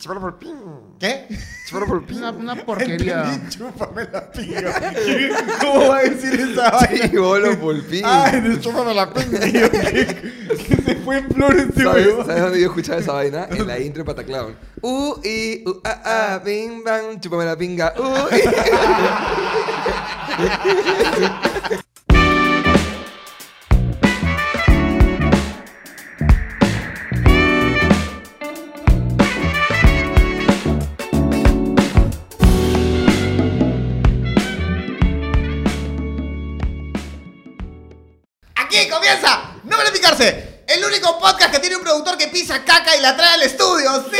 chúpala por el pin. ¿Qué? Chúpala por el pin. Una, una porquería. Entendí, chúpame la pinga. ¿Cómo va a decir esa vaina? Chivolo Pulpín. Ay, de chúpame la pinga. Yo, ¿qué? ¿Qué se fue en flores este ¿Sabes, huevón? ¿Sabes dónde yo escuchaba esa vaina? En la intro de Pataclown. Uh, y, uh, ah, ah, bing, bang, chúpame la pinga. Uh, y. Aquí comienza No Vale Picarse, el único podcast que tiene un productor que pisa caca y la trae al estudio. ¡Sí!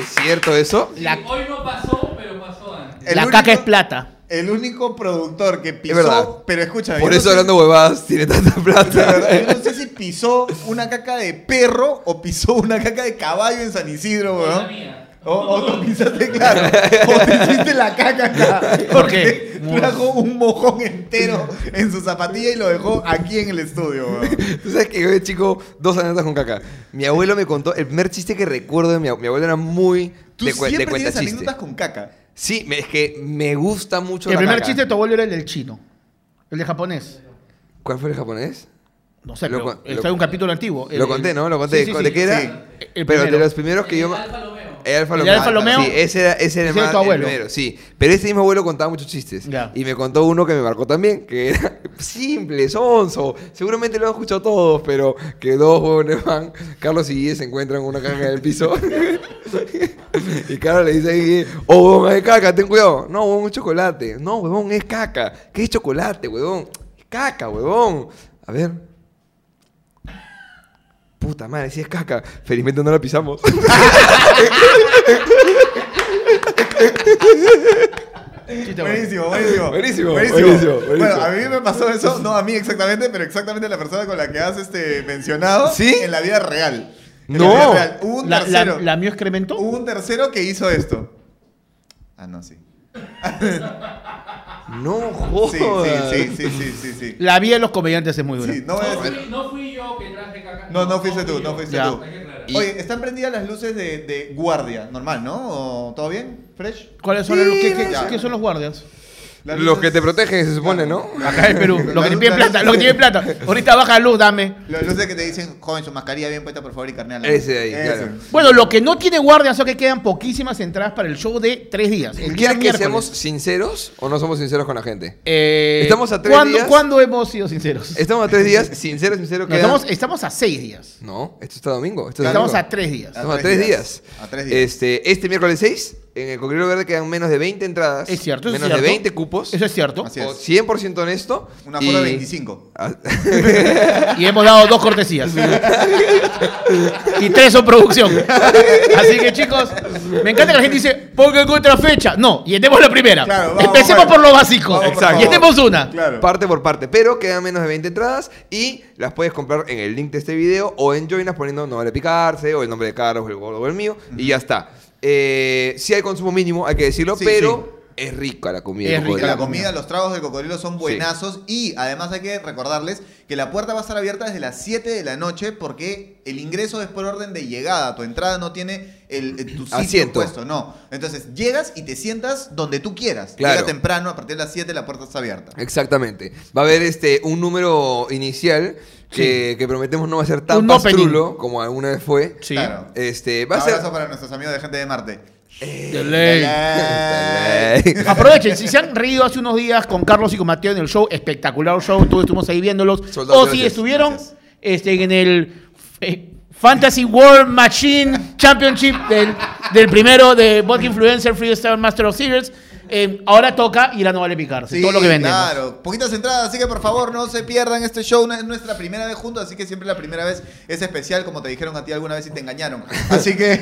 ¿Es cierto eso? La, Hoy no pasó, pero pasó antes. El la único- caca es plata. El único productor que verdad. pisó, pero escucha, Por yo no eso sé- hablando huevadas tiene tanta de verdad, Yo plata. no sé si pisó una caca de perro o pisó una caca de caballo en San Isidro, Cosa weón. mía. O, o tú pisaste, claro. O te hiciste la caca acá. ¿Por qué? Porque trajo un mojón entero en su zapatilla y lo dejó aquí en el estudio, weón. Tú sabes que yo de chico, dos anécdotas con caca. Mi abuelo me contó, el primer chiste que recuerdo de mi abuelo, mi abuelo era muy Tú de, cue- de siempre cuenta tienes chiste. anécdotas con caca. Sí, me- es que me gusta mucho El la primer caca. chiste de tu abuelo era el del chino. El de japonés. ¿Cuál fue el japonés? No sé, Lo pero con- está lo- en un capítulo antiguo. El- lo el- conté, ¿no? Lo conté. Sí, sí, ¿De sí. qué Sí. era? El Pero de primero. los primeros Eh, que yo... El Alfa Romeo. El Alfa El Romeo. Alfa Romeo. Sí, ese era, ese era Ese era más- tu el abuelo. primero, sí. Pero ese mismo abuelo contaba muchos chistes. Ya. Y me contó uno que me marcó también, que era simple, sonso. Seguramente lo han escuchado todos, pero que dos jóvenes van, Carlos y Guille se encuentran con una caca en el piso. y Carlos le dice a Guille, oh, huevón, es caca, ten cuidado. No, huevón, es chocolate. No, huevón, es caca. ¿Qué es chocolate, huevón? Es caca, huevón. A ver. Puta madre, si es caca. Felizmente no la pisamos. Chiste, bueno. Buenísimo, buenísimo. Buenísimo, buenísimo, buenísimo. Bueno, a mí me pasó eso, no a mí exactamente, pero exactamente la persona con la que has este, mencionado ¿Sí? en la vida real. En No. La vida real. Hubo un La, la, tercero. la mío excremento. Hubo un tercero que hizo esto. Ah, no, sí. No Sí, jodas. sí, sí, sí, sí, sí, sí. La vida de los comediantes es muy dura. Sí, no No voy a decir- fui, no fui yo que traje caca. No, no fuiste tú, fui no yo. fuiste Ya. tú. Hay que aclarar. Y- Oye, están prendidas las luces de, de guardia, normal, ¿no? ¿O ¿Todo bien? ¿Fresh? ¿Cuáles son, Sí, los, qué, qué- ya. qué son los guardias? Las Los luces- que te protegen, se supone, ¿no? Acá en Perú. Los que te piden Las- plata. Los que tienen plata. Ahorita baja luz, dame. Las luces que te dicen, joven, su mascarilla bien puesta, por favor, y carneala. Ese de ahí, Eso. claro. Bueno, lo que no tiene guardias son que quedan poquísimas entradas para el show de tres días. El ¿Quieres día que miércoles. seamos sinceros o no somos sinceros con la gente? Eh, Estamos a tres ¿cuándo, días? ¿Cuándo hemos sido sinceros? Estamos a tres días, sincero, sincero. No, quedan- estamos, estamos a seis días. No, esto está domingo. esto es Estamos domingo. a tres días. Estamos a tres días. A tres días. Este, este miércoles 6, en el Congreso Verde quedan menos de 20 entradas. Es cierto, eso es Menos cierto. de 20 cupos. Eso es cierto. Así o es. 100% honesto. Una foto de y- 25. Ah, Y hemos dado dos cortesías. y tres son producción. Así que chicos, me encanta que la gente dice, pongan otra fecha. No, y llenemos la primera. Claro, vamos, Empecemos bueno. por lo básico. Vamos, por Exacto. favor. Llenemos una. Claro. Parte por parte, pero quedan menos de 20 entradas y las puedes comprar en el link de este video o en Join Us poniendo no vale picarse o el nombre de Carlos, o el gordo o el mío y ya está. Eh, sí hay consumo mínimo, hay que decirlo, Sí, pero es rica la comida. Es del rica Que la cocodrilo. comida, los tragos del cocodrilo son buenazos y además hay que recordarles que la puerta va a estar abierta desde las 7 de la noche porque el ingreso es por orden de llegada, tu entrada no tiene el, eh, tu sitio Asiento. puesto, no. Entonces llegas y te sientas donde tú quieras. Claro. Llega temprano, a partir de las 7 la puerta está abierta. Exactamente. Va a haber este un número inicial que, que prometemos no va a ser tan Un opening. pastrulo como alguna vez fue. Sí. Claro. Este, Un va a ser abrazo para nuestros amigos de gente de Marte. De ley. Dale. Aprovechen, si se han reído hace unos días con Carlos y con Mateo en el show, espectacular show, todos estuvimos ahí viéndolos. Soldado, o si gracias, estuvieron gracias. este, en el eh, Fantasy World Machine Championship del, del primero de Vodka Influencer Freestyle Master of Series, eh, ahora toca ir a No Vale Picarse, Sí, todo lo que vendemos. Claro, poquitas entradas, así que por favor no se pierdan este show. Es nuestra primera vez juntos, así que siempre la primera vez es especial, como te dijeron a ti alguna vez y te engañaron. Así que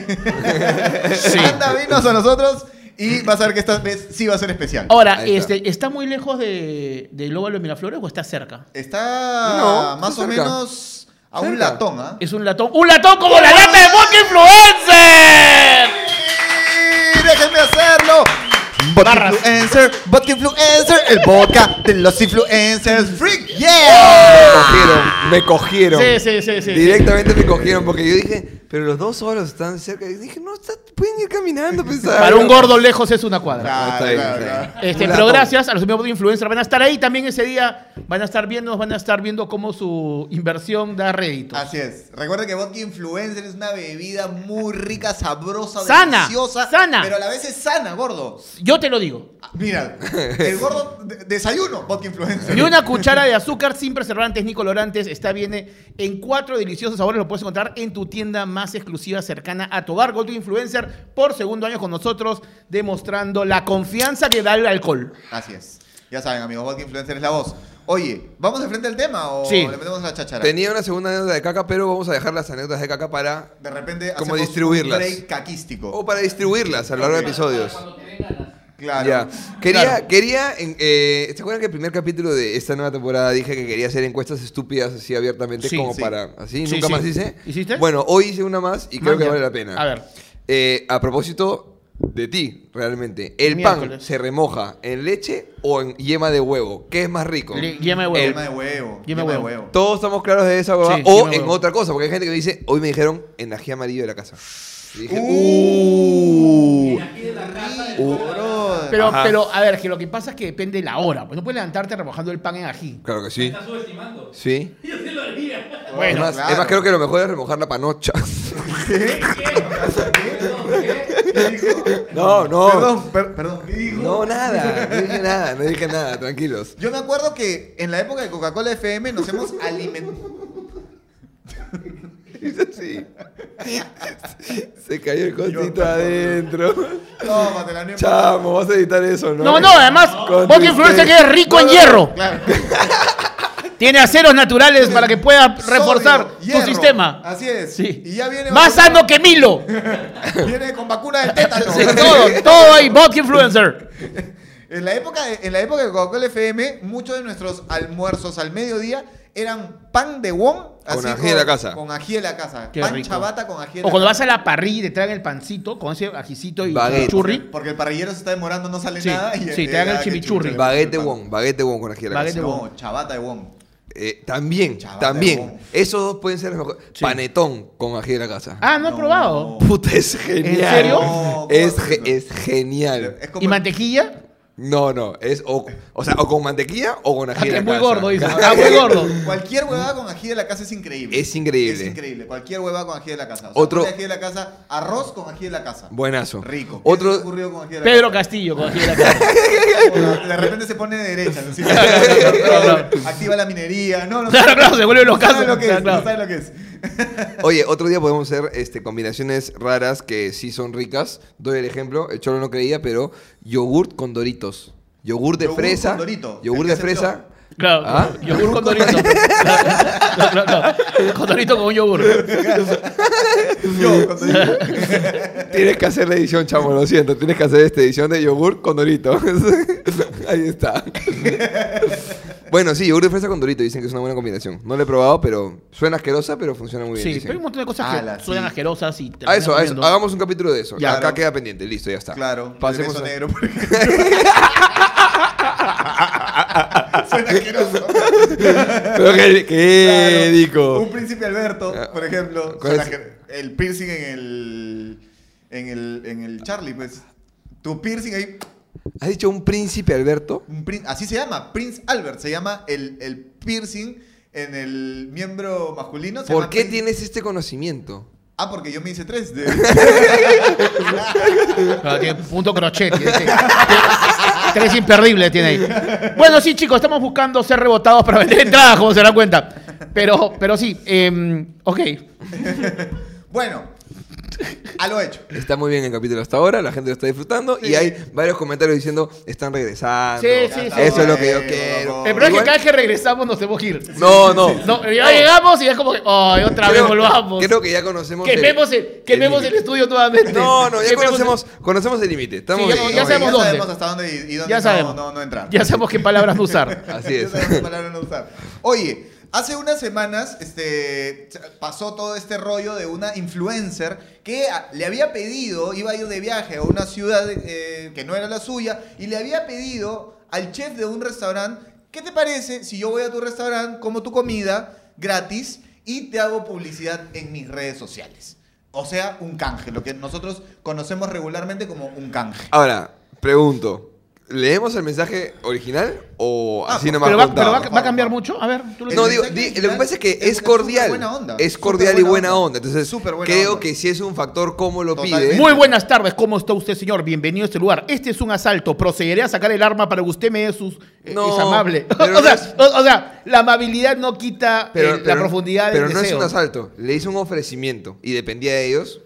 anda, vinos a nosotros y vas a ver que esta vez sí va a ser especial. Oh. Ahora, Ahí está. este, ¿está muy lejos de, de Lóbalo de Miraflores o está cerca? Está No, más está o cerca. menos a un Cerca. latón, ¿ah? Es un latón, ¡un latón como la lata de Vodka Influencer! ¡Sí! ¡Déjenme hacerlo! Vodka Barras. influencer, vodka influencer, el vodka de los influencers, freak, yeah! Oh. me cogieron, me cogieron. Sí, sí, sí, sí. Directamente me cogieron porque yo dije, pero los dos solos están cerca. Y dije, no, está- pueden ir caminando, pues, pensaba. Para un yo. gordo lejos es una cuadra. Ah, está Claro, bien, claro, está bien. claro. Este, Un pero latón. gracias a los amigos de influencer van a estar ahí también ese día. Van a estar viéndonos, van a estar viendo cómo su inversión da réditos. Así es. Recuerda que vodka influencer es una bebida muy rica, sabrosa, Sana, deliciosa. sana. Pero a la vez es sana, gordo. Yo te lo digo. Mira, el gordo de- desayuno, vodka influencer. Y una cuchara de azúcar sin preservantes ni colorantes. Está viene en cuatro deliciosos sabores. Lo puedes encontrar en tu tienda más exclusiva cercana a tu hogar. Gold Influencer por segundo año con nosotros, demostrando la confianza que da el alcohol. Así es. Ya saben, amigos, vodka influencer es la voz. Oye, ¿vamos de frente al tema o Sí. le metemos la cháchara? Tenía una segunda anécdota de caca, pero vamos a dejar las anécdotas de caca para. De repente ¿Cómo hacemos distribuirlas? Oh, un break caquístico. O para distribuirlas a lo largo de episodios. Cuando te den ganas. claro. Ya. Quería, Claro. quería en- eh, ¿se acuerdan que el primer capítulo de esta nueva temporada dije que quería hacer encuestas estúpidas así abiertamente Sí, como sí. para así? Sí, Nunca sí. más hice. ¿Hiciste? Bueno, hoy hice una más y creo Manja. que vale la pena. A ver. Eh, a propósito de ti, realmente. ¿El pan Miércoles. se remoja en leche o en yema de huevo? ¿Qué es más rico? Le- Yema Yema de huevo. de huevo. Yema de huevo. Todos estamos claros de esa huevada. Sí, o yema de en huevo. otra cosa, porque hay gente que me dice, hoy me dijeron en ají amarillo de la casa. Y dije, Uh, Aquí de la casa de uh, tu bro. Pero, Ajá. pero, a ver, que lo que pasa es que depende de la hora. Pues no puedes levantarte remojando el pan en ají. "Uh, Claro que Me sí. estás subestimando. Sí. Yo sí lo haría. es, Bueno, más, es más, creo que lo mejor es remojar la panocha. no, no. Perdón, per- perdón. ¿Qué dijo? No, nada. No dije nada, no dije nada. Tranquilos. Yo me acuerdo que en la época de Coca-Cola FM nos hemos alimentado. Sí. Se cayó el cosito adentro. Tómatela, no importa. Chamo, vas a editar eso, ¿no? No, no, además, Con Vodka tristeza. Influencer que es rico en hierro. Claro. Tiene aceros naturales para que puedas Sodio, reforzar tu hierro. sistema. Así es. Sí. Y ya viene. Más vacuna- sano que Milo. Viene con vacuna de tétano. Sí, todo, todo ahí, Vodka Influencer. En la época de, en la época de Coca-Cola FM, muchos de nuestros almuerzos al mediodía eran pan de won. Con ají de la casa. Con ají de la casa. Qué pan rico. chabata con ají de O la cuando vas casa. a la parrilla y te traen el pancito con ese ajicito y Baguette. chimichurri. Porque el parrillero se está demorando, no sale Sí, nada. Y sí, te dan el ah, qué chimichurri. chucha, Baguette de el pan. Wong, baguette de Wong con ají de la Baguette casa. de No, chabata de won. Eh, también, Chaval, de Wong. también. Esos dos pueden ser los mejores. Sí. Panetón con ají de la casa. Ah, no he No. probado. Puta, es genial. serio? No, Es, ¿cómo ge- hacerlo? es genial. Es como ¿Y mantequilla? No, no, es o, o sea, o con mantequilla o con Ah, ají que de la es muy casa. gordo, dice. Ah, muy gordo. Cualquier huevada con ají de la casa es increíble. Es increíble. Es increíble. Cualquier huevada con ají de la casa. O sea, Otro- ponle ají de la casa, arroz con ají de la casa. Buenazo. Rico. ¿Qué se te Otro, ocurrió con ají de la Pedro casa? Castillo con ají de la casa. O De repente se pone de derecha. ¿no? Sí. Activa la minería. No, no. Claro, claro, se vuelve no locazo. sabe lo que Claro, es. claro. No sabe lo que es. oye, otro día podemos hacer este, combinaciones raras que sí son ricas. Doy el ejemplo, el cholo no creía, pero yogurt con doritos. Yogur de Yogur con fresa. Dorito. Yogur El de que hace el fresa. Claro, Ah. yogur con dorito. Claro, claro, claro. Con dorito con un yogur. Yo, cuando digo- Tienes que hacer la edición, chamo, lo siento. Tienes que hacer esta edición de yogur con dorito. Ahí está. bueno, sí, yogur de fresa con dorito. Dicen que es una buena combinación. No lo he probado, pero suena asquerosa, pero funciona muy bien. Sí, dicen. pero hay un montón de cosas Ala, que suenan Ah, sí. asquerosas y te A eso, Ah, a eso. recomiendo. Hagamos un capítulo de eso. Ya. Acá Claro. queda pendiente. Listo, ya está. Claro. Pasemos Pasemos a- negro, por ejemplo. Suena asqueroso. Pero qué, qué Claro, rico. Un príncipe Alberto, por ejemplo. Ah, ¿Cuál suena es? que- El piercing en el. En el. En el Charlie, pues. Tu piercing ahí. ¿Has dicho un príncipe Alberto? un prin- así se llama, Prince Albert. Se llama el, el piercing en el miembro masculino. se ¿Por llama qué prin- tienes este conocimiento? Ah, porque yo me hice tres. de- Claro, Ah, tiene punto crochet. tiene- tiene- Tres imperdibles tiene ahí. Bueno, sí, chicos, estamos buscando ser rebotados para vender entradas, como se dan cuenta. Pero, pero sí, eh, ok. bueno, a lo hecho. Está muy bien el capítulo hasta ahora, la gente lo está disfrutando y hay varios comentarios diciendo están regresando. Sí, sí, sí. Eso es lo que yo Bueno, quiero. vamos. El problema es que Igual- cada vez que regresamos nos tenemos que ir. No, no. No, ya llegamos y es como que, ay, otra vez volvamos. Creo que ya conocemos. el- Quememos el, quememos el límite. estudio nuevamente. No, no, ya Quememos el- conocemos, conocemos el límite. Estamos Sí, ya- bien, ya estamos sabemos bien. dónde. hasta dónde y, y dónde Ya no, sabemos. no- no entrar. Ya sabemos qué palabras no usar. Así Ya es. sabemos qué palabra no usar. Oye, hace unas semanas este, pasó todo este rollo de una influencer que a- le había pedido, iba a ir de viaje a una ciudad eh, que no era la suya, y le había pedido al chef de un restaurante, ¿qué te parece si yo voy a tu restaurante, como tu comida gratis y te hago publicidad en mis redes sociales? O sea, un canje, lo que nosotros conocemos regularmente como un canje. Ahora, pregunto. ¿Leemos el mensaje original o Ah, así pues, nomás Pero va, contado? pero va- por va a favor. cambiar mucho. A ver, tú lo El No, tienes. digo, mensaje di- lo original que pasa es que es es, una cordial. súper buena onda, es súper cordial y buena buena onda, onda. Entonces, súper buena creo onda. que si es un factor como lo Totalmente. pide. Muy buenas tardes, ¿cómo está usted, señor? Bienvenido a este lugar. Este es un asalto. Procederé a sacar el arma para que usted me dé sus. eh, No, es amable. pero o, no sea, es- o- o sea, la amabilidad no quita eh, la profundidad del Pero no deseo. es un asalto. Le hizo un ofrecimiento y dependía de ellos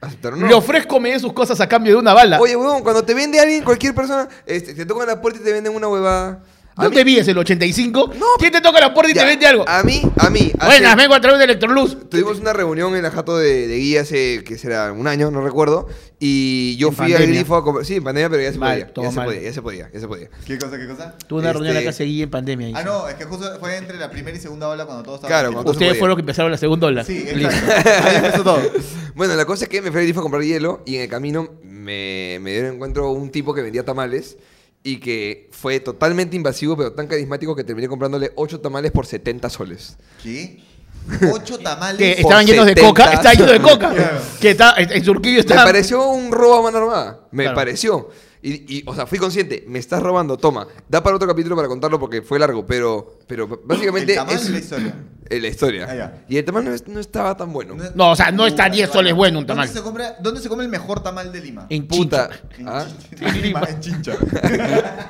aceptaron o Le no. ofrezco me dé sus cosas a cambio de una bala. Oye, huevón, cuando te vende alguien, cualquier persona, este, te tocan la puerta y te venden una huevada. A ¿No mí- te vives el 85? No. ¿Quién te toca la puerta y Ya, te vende algo? A mí, a mí. hace- Buenas, vengo a través de Electroluz. Tuvimos una reunión en la jato de, de guía hace, que será un año, no recuerdo. Y yo En fui al pandemia. grifo a comprar. Sí, en pandemia, pero ya se, Mal, podía, todo ya se mal. podía. Ya se podía, ya se podía. ¿Qué cosa, qué cosa? Tuve una reunión Este- acá seguí en pandemia. Ah, dice. no, es que justo fue entre la primera y segunda ola cuando todos Claro, estaban... cuando- metidos. Ustedes podía. fueron los que empezaron la segunda ola. Sí, Listo. exacto. Ahí empezó todo. Bueno, la cosa es que me fui al grifo a comprar hielo y en el camino me, me dieron encuentro un tipo que vendía tamales y que fue totalmente invasivo, pero tan carismático que terminé comprándole 8 tamales por 70 soles. ¿Qué? Ocho tamales. Que Por estaban llenos de 70. coca, estaban llenos de coca. Claro. que está, en Surquillo Me está. pareció un robo a mano armada. Me Claro. pareció. Y, y, o sea, fui consciente, me estás robando, toma. Da para otro capítulo para contarlo porque fue largo, pero, pero básicamente El tamal es y la historia. eh, la historia. Ah, ya. Y el tamal no, es- no estaba tan bueno. No, o sea, no está 10 vale. soles bueno un tamal. ¿Dónde se, compra- dónde se come el mejor tamal de Lima? En Puta. Chincha. ¿Ah? Chincha. En Lima, en Chincha.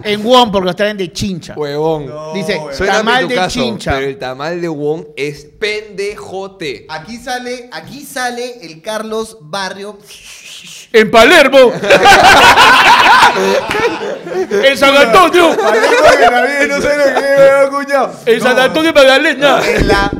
En Wong, porque los traen de Chincha. Huevón. No, Dice, huevón. Suena tamal de pitucazo, Chincha. Pero el tamal de Wong es pendejote. Aquí sale, aquí sale el Carlos Barrio. En Palermo. en San Antonio. no sé lo que cuñado. En San Antonio Magdalena. En la.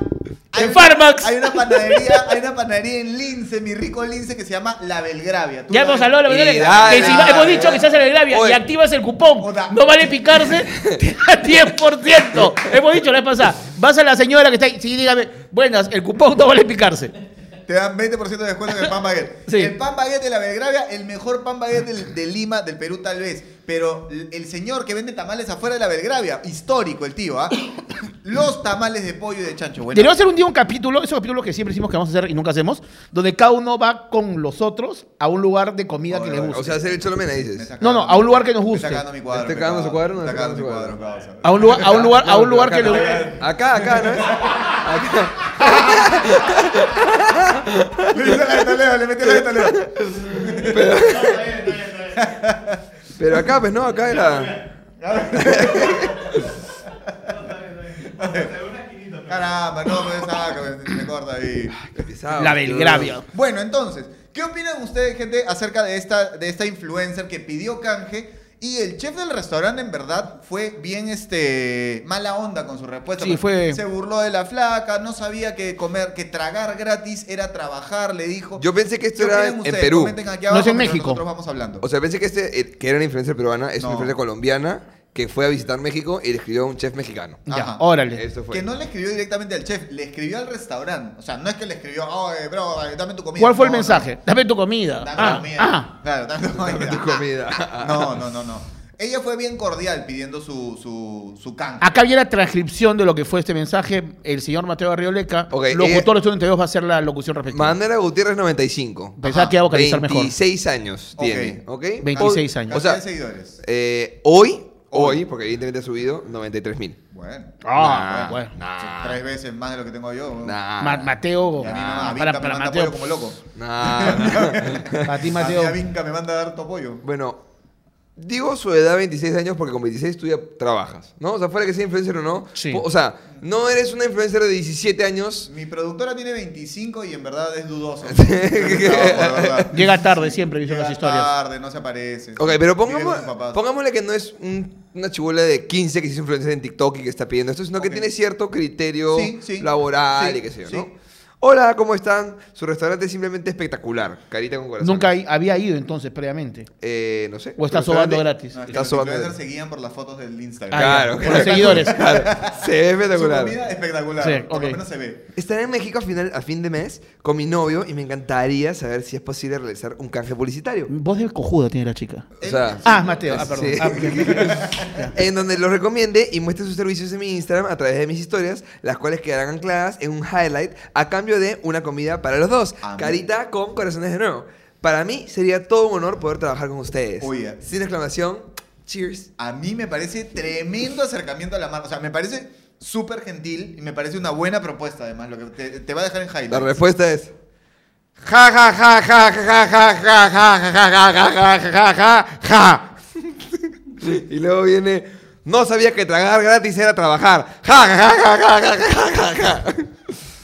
En una- Farmax. Hay una panadería, hay una panadería en Lince, mi rico Lince, que se llama La Belgravia. Tú Ya la hemos ves- hablado de la Y Belgravia. dale, Que si va- dale, hemos dicho dale. que se hace la Belgravia Oye. y activas el cupón. Oda. No vale picarse. Te da 10%. hemos dicho la vez pasada. Vas a la señora que está ahí. Sí, dígame. Buenas, el cupón no vale picarse. Te dan 20% de descuento en el pan baguette. Sí. El pan baguette de la Belgravia, el mejor pan baguette del- de Lima, del Perú tal vez. Pero l- el señor que vende tamales afuera de la Belgravia, histórico el tío, ¿ah? Los tamales de pollo y de chancho. Bueno, Deberíamos hacer un día un capítulo, esos capítulos que siempre decimos que vamos a hacer y nunca hacemos, donde cada uno va con los otros a un lugar de comida que Oye, le oye, guste. O sea, hacer el cholomena, dices. Me está No, no, a un lugar que nos me guste. Está cagando mi cuadro. me ¿Está cagando cago- su cuadro? No, Está está cagando mi cagando cuadro. su me a cago. un lugar, a un lugar, a un No, lugar acá que le no. guste. Acá, acá, ¿no? Acá. Le hizo la de Toledo, le metió la de Toledo. Pero acá, pues no, acá era. Caramba, no, me saca, me, me corta ahí. La Belgravia. Bueno, entonces, ¿qué opinan ustedes, gente, acerca de esta, de esta influencer que pidió canje? Y el chef del restaurante, en verdad, fue bien este mala onda con su respuesta. Sí, porque fue- Se burló de la flaca, no sabía que comer, que tragar gratis era trabajar, le dijo. Yo pensé que esto ¿Qué era opinan en ustedes? Perú. Comenten aquí No es abajo en mientras México. Nosotros vamos hablando. O sea, pensé que este, eh, que era una influencer peruana, es No. una influencer colombiana que fue a visitar México y le escribió a un chef mexicano. Ya, Ajá. órale. Eso fue. que no le escribió directamente al chef, le escribió al restaurante. O sea, no es que le escribió, oye, bro, dame tu comida. ¿Cuál fue el No, no. mensaje? Dame tu comida. Dame Ah, comida. ah. Claro, dame tu comida. Tu comida. No, no, no, no. Ella fue bien cordial pidiendo su, su, su canje. Acá viene la transcripción de lo que fue este mensaje. El señor Mateo Arrioleca, Ok, eh, locutor de Estudio 92, va a hacer la locución respectiva. Manera Gutiérrez 95. Pensaba Ajá, que iba a vocalizar mejor. 26 años Ok. tiene, ¿ok? 26 años. O Cantidad sea, de seguidores. eh, hoy, Hoy. hoy, porque evidentemente ha subido, 93 mil. Bueno. Ah, Nah, bueno. nah. Tres veces más de lo que tengo yo. Ma- Mateo. Y a mí no, ah, a Vinca para, me para manda Mateo. pollo como loco. Nah, nah. Para A mí ti, a Mateo. Vinca me manda a dar topollo. Bueno, digo su edad 26 años porque con 26 tú ya trabajas, ¿no? O sea, fuera que sea influencer o no. Sí. po- O sea, no eres una influencer de 17 años. Mi productora tiene 25 y en verdad es dudoso. No, de verdad. Llega tarde siempre, dice Llega las historias. tarde, no se aparece. Ok, pero Vive con pongamos- sus papás. pongámosle que no es un- una chibola de 15 que se hizo influencer en TikTok y que está pidiendo esto, sino que Ok. tiene cierto criterio Sí, sí. laboral Sí, y qué sé yo, sí. ¿no? Hola, ¿cómo están? Su restaurante es simplemente espectacular. Carita con corazón. Nunca hi- había ido entonces previamente. Eh, no sé. O está Restaurante- sobando gratis. No, es que Está los sobando. influencers seguían por las fotos del Instagram. Claro, Ah, ya, claro. Con los seguidores. Claro, Se ve Su espectacular. comida espectacular. Sí, Por ok. lo menos se ve. Estaré en México a, final, a fin de mes con mi novio y me encantaría saber si es posible realizar un canje publicitario. Voz de cojuda tiene la chica. O sea, Ah, es Mateo. Ah, perdón. Sí. Ah, ok. en donde lo recomiende y muestre sus servicios en mi Instagram a través de mis historias, las cuales quedarán ancladas en un highlight a cambio cambio de una comida para los dos. Amén. Carita con corazones de nuevo. Para mí sería todo un honor poder trabajar con ustedes. Oye. Sin exclamación, cheers. A mí me parece tremendo acercamiento a la mano. O sea, me parece súper gentil y me parece una buena propuesta, además, lo que te, te va a dejar en La highlights. respuesta es... Ja ja ja ja ja ja ja ja ja ja ja ja ja ja ja. Y luego viene... No sabía que tragar gratis era trabajar. Ja, ja, ja, ja, ja, ja, ja, ja, ja.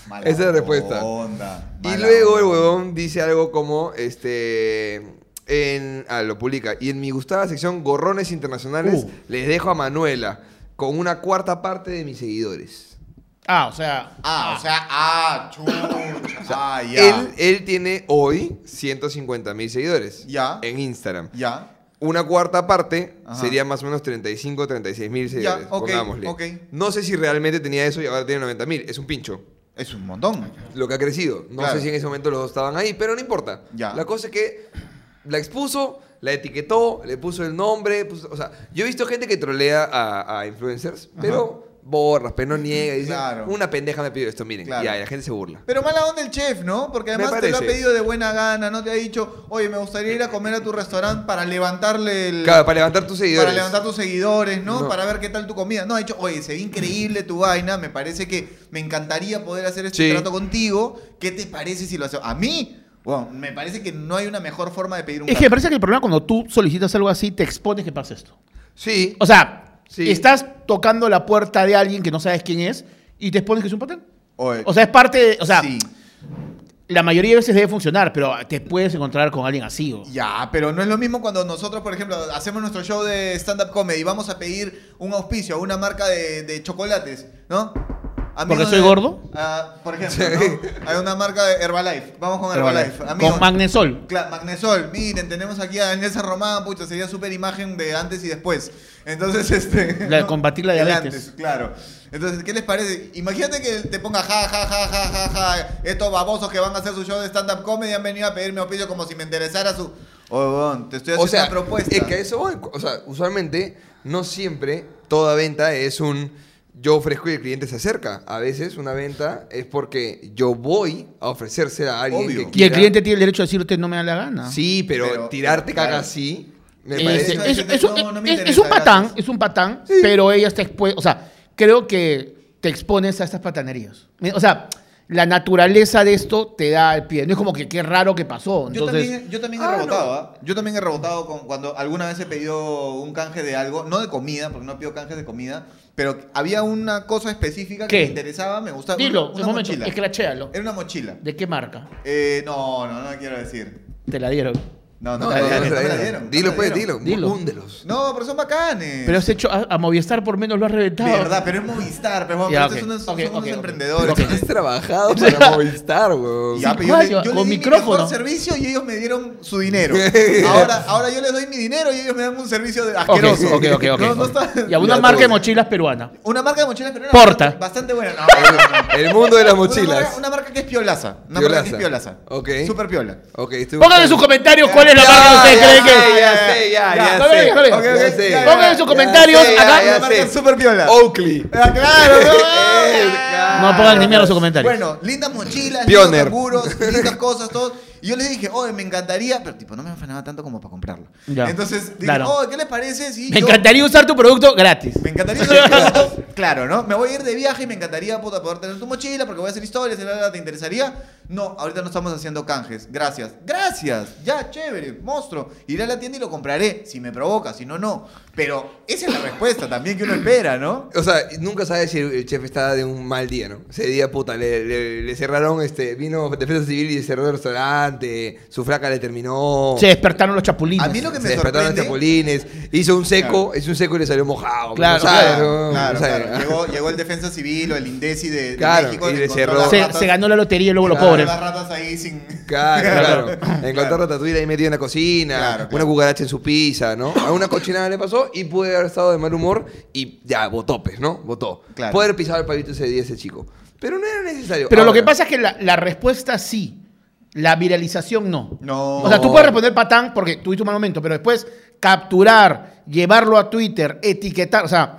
Mala Esa es la respuesta. onda, Y mala luego el onda. huevón dice algo como, este, en, ah, lo publica, y en mi gustada sección Gorrones Internacionales Uh. les dejo a Manuela con una cuarta parte de mis seguidores. Ah, o sea. Ah, o sea, ah, chucha. ah, ya. Él, él tiene hoy 150 mil seguidores Ya. en Instagram. Ya. Una cuarta parte Ajá. sería más o menos 35, 36 mil seguidores, ok, pongámosle. ok. No sé si realmente tenía eso y ahora tiene 90 mil, es un pincho. Es un montón. lo que ha crecido. No Claro. sé si en ese momento los dos estaban ahí, pero no importa. Ya. La cosa es que la expuso, la etiquetó, le puso el nombre. puso- o sea, yo he visto gente que trolea a, a influencers, pero borras, pero no niega. Dice, Claro. una pendeja me pidió esto, miren. Claro. Ya, y la gente se burla. Pero mala onda el chef, ¿no? Porque además Me te lo ha parece. pedido de buena gana, no te ha dicho, oye, me gustaría ir a comer a tu restaurante para levantarle el. Claro, para levantar tus seguidores. Para levantar tus seguidores, ¿no? No. Para ver qué tal tu comida. No, ha dicho, oye, se ve increíble tu vaina, me parece que me encantaría poder hacer este Sí. trato contigo. ¿Qué te parece si lo hacemos? A mí, bueno, me parece que no hay una mejor forma de pedir un Es que cambio. me parece que el problema cuando tú solicitas algo así, te expones que pase esto. Sí. O sea, Sí. estás tocando la puerta de alguien que no sabes quién es y te expones que es un patán. Oye, O sea, es parte de- O sea, Eh, sí. la mayoría de veces debe funcionar, pero te puedes encontrar con alguien así. o- Ya, pero no es lo mismo cuando nosotros, por ejemplo, hacemos nuestro show de stand-up comedy y vamos a pedir un auspicio a una marca de, de chocolates, ¿no? Amigos ¿Porque soy de- gordo? Ah, por ejemplo, ¿no? hay una marca de Herbalife. Vamos con Herbalife. Amigos, Con Magnesol. Claro, Magnesol, miren, tenemos aquí a Nelsa Román, pucha, sería súper imagen de antes y después. Entonces, este. La de combatir la el diabetes. antes, claro. Entonces, ¿qué les parece? Imagínate que te ponga ja, ja, ja, ja, ja, ja, estos babosos que van a hacer su show de stand-up comedy han venido a pedirme auspicio como si me interesara su. Oh, huevón, te estoy haciendo o sea, una propuesta. es que a eso voy. O sea, usualmente, no siempre toda venta es un yo ofrezco y el cliente se acerca. A veces una venta es porque yo voy a ofrecerse a alguien Obvio. que Y el quiera. cliente tiene el derecho a decirte no me da la gana. Sí, pero, Pero, tirarte claro. caca así me Este, parece. eso es, decirte, es un- "No, no me es- interesa, es un patán, gracias". es un patán, pero ella está expuesta. O sea, creo que te expones a estas patanerías. O sea, la naturaleza de esto te da el pie. No es como que qué raro que pasó. Yo Entonces, también, yo también he Ah, rebotado, ¿ah? Yo también he rebotado con cuando alguna vez he pedido un canje de algo, no de comida, porque no pido canjes de comida, pero había una cosa específica que ¿Qué? me interesaba, me gustaba. dilo, una, un una momento, mochila. escrachéalo. Era una mochila. ¿De qué marca? Eh, no, no, no quiero decir. Te la dieron. No, no, No, me la no, no, dieron, no, no me la no. dieron, no Dilo, me la pues, dieron. dilo. Dilo. Húndelos. No, pero son bacanes. Pero has hecho a, a Movistar por menos lo has reventado. Verdad, pero es Movistar, pero, Ya, estos ok. son unos- son Ok, unos ok, ok. emprendedores. Ok. Has trabajado para Movistar, weón. Ya, Sí, pero yo, le, yo claro, le con di mi micrófono. mejor servicio y ellos me dieron su dinero. ahora, ahora yo les doy mi dinero y ellos me dan un servicio de Ok, asqueroso. ok, ok, ok. No, no está- Y a una Ya, marca de todo. mochilas peruana. Una marca de mochilas peruanas Porta. bastante- Bastante buena. No, no, no, no. El mundo de las Una mochilas. marca, una marca que es piolaza. Una marca que es Piolaza. piolaza. Ok. Super piola. Ok, estoy Pongan en sus buscando. comentarios cuál es la Ya, marca que ustedes ya, creen que. ya, ya sé, ya, ya Está bien, sé. está bien. Ok, ok, Ya ya sé. sé. Pongan en sus Ya comentarios sé, ya, acá. ya Una marca sé. super piola. Oakley. Ah, claro, Eh, no. Ah, claro. No pongan ni mierda en sus comentarios. Bueno, lindas mochilas, Pioneer. lindos seguros, lindas cosas, todo. Y yo les dije, oye, me encantaría, pero tipo, no me afanaba tanto como para comprarlo. Ya. Entonces, dije, Claro. oye, ¿qué les parece si Me yo- encantaría usar tu producto gratis. Me encantaría ser- Claro, ¿no? Me voy a ir de viaje y me encantaría puta, poder tener tu mochila porque voy a hacer historias, la, la, la, ¿te interesaría? No, ahorita no estamos haciendo canjes. Gracias. Gracias. Ya, chévere, monstruo. Iré a la tienda y lo compraré. Si me provoca, si no, no. Pero esa es la respuesta también que uno espera, ¿no? O sea, nunca sabes si el chef está de un mal día, ¿no? Ese día, puta, le, le- le cerraron, este, vino defensa civil y cerró el restaurante, su flaca le terminó. Se despertaron los chapulines. A mí lo que se me despertaron los sorprende. chapulines, hizo un seco, hizo un seco y le salió mojado. Claro, no sabes, claro, ¿no? claro, No sabes. claro. Llegó, llegó el defensa civil o el Indeci de, de Claro, México. y le le encontró cerró. las se, ratas- se ganó la lotería y luego lo claro, pobre. Las ratas ahí sin. Claro, claro. Encontrar ratatouille ahí metido en la cocina, Claro, claro. una cucaracha en su pizza, ¿no? A una cochinada le pasó y puede haber estado de mal humor y ya, votó, pues, ¿no? Votó. Claro. Puede haber pisado el palito ese día ese chico. Pero no era necesario. Pero lo Ahora, que pasa es que la, la respuesta sí, la viralización no. No. O sea, tú puedes responder patán porque tuviste un mal momento, pero después capturar, llevarlo a Twitter, etiquetar, o sea,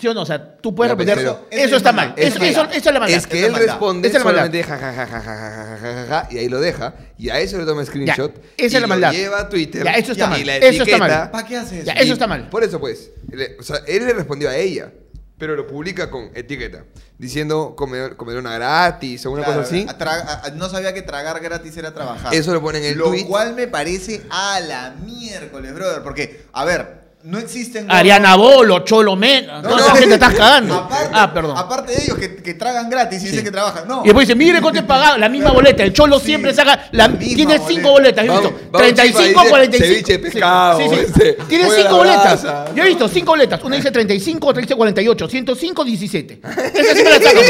¿Sí o no? O sea, tú puedes Ya, pues, responder. pero- eso está mal. Es Eso, que- eso, eso es la maldad. Es que esa es él maldad. responde Esa es la maldad. solamente ja, ja, ja, ja, ja, ja, ja, ja, ja, ja, y ahí lo deja. Y a eso le toma screenshot. Ya, esa es y la lo maldad. lleva a Twitter. Ya, eso está y mal. la Eso está mal. etiqueta, ¿Para qué haces Ya, eso? eso está mal. Por eso, pues. le- o sea, él le respondió a ella, pero lo publica con etiqueta, diciendo comer, una gratis o una Claro, cosa así. a tra- a- a- no sabía que tragar gratis era trabajar. Eso lo pone en el Lo tweet. cual me parece a la miércoles, brother. Porque, a ver, no existen. Ariana Bolo, Cholo Mena. No, No, no. no, gente estás cagando. Aparte, ah, perdón. Aparte de ellos que, que tragan gratis y dicen que trabajan. No. Y después dice, mire cuánto he pagado, la misma boleta. El cholo Sí, siempre saca, la, la misma tiene boleta. cinco boletas. Yo he visto, Vamos, vamos, 35, chifa, dice, 45. ceviche de pescado, este, Tiene pollo cinco a la boletas. brasa. Yo he visto cinco boletas. Una dice 35, otra dice 48, 105, 17. Esas siempre las saca.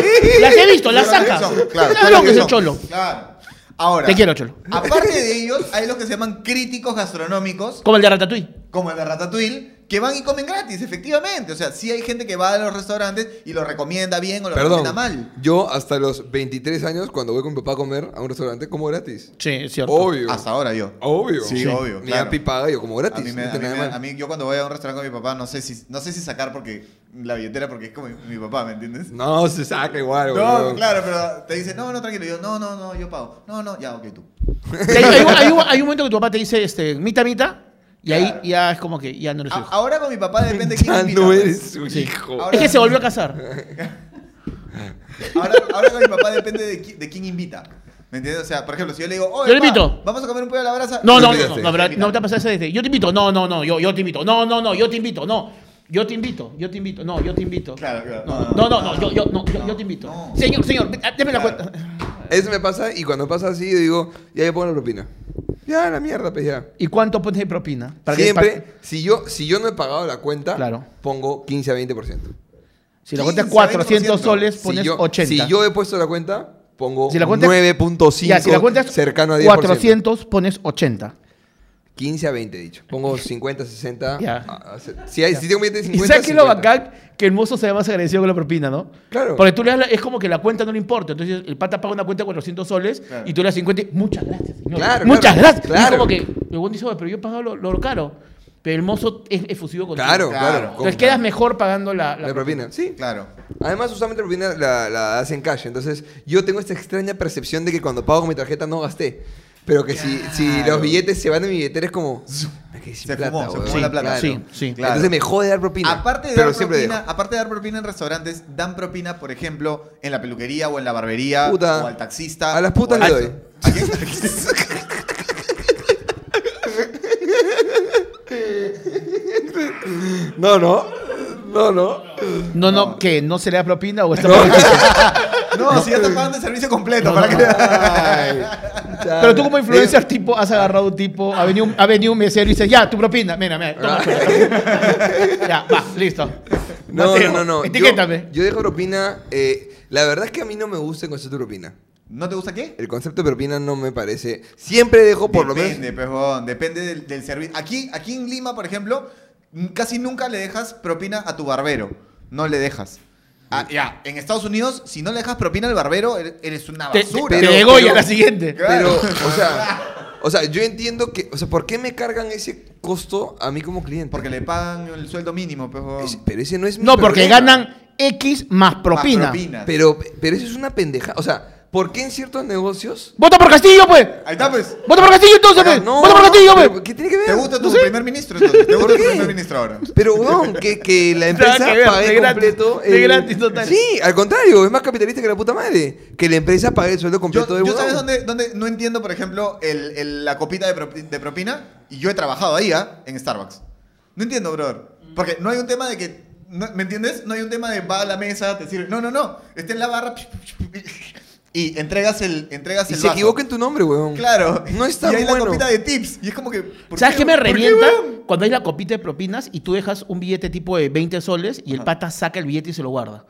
Las he visto, las Claro, saca. son, claro, Claro, claro que que es el son. cholo. Claro. Ahora. Te quiero, cholo. Aparte de ellos, hay los que se llaman críticos gastronómicos, Como el de Ratatouille. como el de Ratatouille, que van y comen gratis, efectivamente. O sea, sí hay gente que va a los restaurantes y lo recomienda bien o lo Perdón. recomienda mal. Yo hasta los 23 años, cuando voy con mi papá a comer a un restaurante, como gratis. Sí, es cierto. Obvio. Hasta ahora yo. Obvio. Sí, obvio, Mi claro. API paga, yo como A gratis. mí, me- no a mí tiene me- nada a mal. mí- yo cuando voy a un restaurante con mi papá, no sé si, no sé si sacar porque la billetera porque es como mi, mi papá, ¿me entiendes? No, se saca No, igual, weón. claro, pero te dice, no, no, tranquilo. Y yo, no, no, no, yo pago. No, no, ya, ok, tú. Hay, hay un- hay un, hay un momento que tu papá te dice, este, mita, mita, y ahí Claro. ya es como que ya no eres su A- hijo. ahora con mi papá depende de quién Ya invita, no pues. eres su hijo. ah, Ahora- es que se volvió a casar. Ahora, ahora con mi papá depende de, qui- de quién invita. ¿Me entiendes? O sea, por ejemplo, si yo le digo, oye, Yo le pa, invito. Vamos a comer un pollo a la brasa. No, no, no, invitaste. no, no, verdad, no te pasa ese desde. Yo te invito, no, no, no, yo, yo te invito, no, no, no, yo te invito, no, yo te invito, yo te invito, no, yo te invito. Claro, claro. No, no, no, no, yo, yo, no, yo, yo te invito. No. Señor, señor, ven, ah, deme la Claro. cuenta. Eso me pasa y cuando pasa así, yo digo, ya yo pongo la propina. Ya, la mierda, pues ya. ¿Y cuánto pones de propina? que- Siempre, para- si, yo, si yo no he pagado la cuenta, Claro. pongo 15 a 20%. si la cuenta es 15, 400 soles, Si pones yo, 80. Si yo he puesto la cuenta, pongo Si la cuenta es- 9.5 Ya, si la cuenta es cercano a 10%. 400, pones 80. 15 a 20, he dicho. Pongo 50, 60. Ya. a- a- ah, si, hay, si tengo billete de ¿Y 50, sabes qué es lo 50. bacán? Que el mozo se ve más agradecido con la propina, ¿no? Claro. Porque tú le das, la- es como que la cuenta no le importa. Entonces el pata paga una cuenta de 400 soles Claro. y tú le das 50. y, Muchas gracias, señor. Claro, Muchas claro, gracias. Y es claro. como que el buen dice, "Oye, pero yo he pagado lo, lo caro. Pero el mozo es efusivo contigo. Claro, Claro. claro. Entonces con- quedas mejor pagando la, La propina, sí. Claro. Además, usualmente la propina la, la hacen cash. Entonces, yo tengo esta extraña percepción de que cuando pago con mi tarjeta no gasté. Pero que si, si los billetes se van de mi billetera es como. Me quedé sin Se plata, fumó, se weón. fumó la plata. Sí, sí. Claro. Entonces me jode dar propina. Aparte de, pero dar siempre propina, dejo. aparte de dar propina en restaurantes, dan propina, por ejemplo, en la peluquería o en la barbería Puta. o al taxista. A las putas o al- le doy. ¿A quién? No, no. No, no. No, no, que no se le da propina o está No, si ya están pagando el servicio completo. ¿para qué? Ay, Pero tú como influencer tipo has agarrado un tipo, ha venido un, ha venido un mesero y dices, ya, tu propina, mira, mira, toma. ya, va, listo. Eh, No, Mateo, no, no, no. Yo- Etiquétame. Yo, dejo propina. eh, la verdad es que a mí no me gusta el concepto de propina. ¿No te gusta qué? El concepto de propina no me parece. Siempre dejo por lo menos. Depende, pejón, depende del, del servicio. Aquí, aquí en Lima, por ejemplo, n- casi nunca le dejas propina a tu barbero. No le dejas. Ah, ya, en Estados Unidos, si no le dejas propina al barbero, er- eres una Te, te, basura. pero- llegó pero- y a la siguiente. Pero, Claro. o sea, o sea, yo entiendo que. O sea, ¿por qué me cargan ese costo a mí como cliente? Porque le pagan el sueldo mínimo, pejón. Es- pero ese no es mi No, porque problema. ganan X más propina. Más propinas. Pero, pero eso es una pendeja. O sea, ¿por qué en ciertos negocios. ¡Vota por Castillo, pues! Ahí está, pues. ¡Vota por Castillo, entonces, pues! ¡Vota por Castillo, pero pues! ¿Qué tiene que ver? ¿Te gusta tu No sé. primer ministro? entonces? ¿Te gusta ¿Por tu qué? primer ministro ahora? Pero, weón, que, que la Nada empresa que ver, pague de gratis, completo. de gratis, total. Sí, al contrario, es más capitalista que la puta madre. Que la empresa pague el sueldo completo Yo, de yo huevón. ¿sabes dónde, dónde no entiendo, por ejemplo, el- el- la copita de, propi- de propina? Y yo he trabajado ahí, ¿ah? En Starbucks. No entiendo, brother. Mm. Porque no hay un tema de que... no- ¿Me entiendes? No hay un tema de va a la mesa, te sirve... No, no, no. Está en la barra... Y entregas el entregas Y el se vaso. equivoca en tu nombre, huevón. Claro. No está Y hay la bueno. copita de tips. Y es como que... ¿por ¿Sabes qué me ¿Por revienta? weón? Cuando hay la copita de propinas y tú dejas un billete tipo de 20 soles y el pata saca el billete y se lo guarda.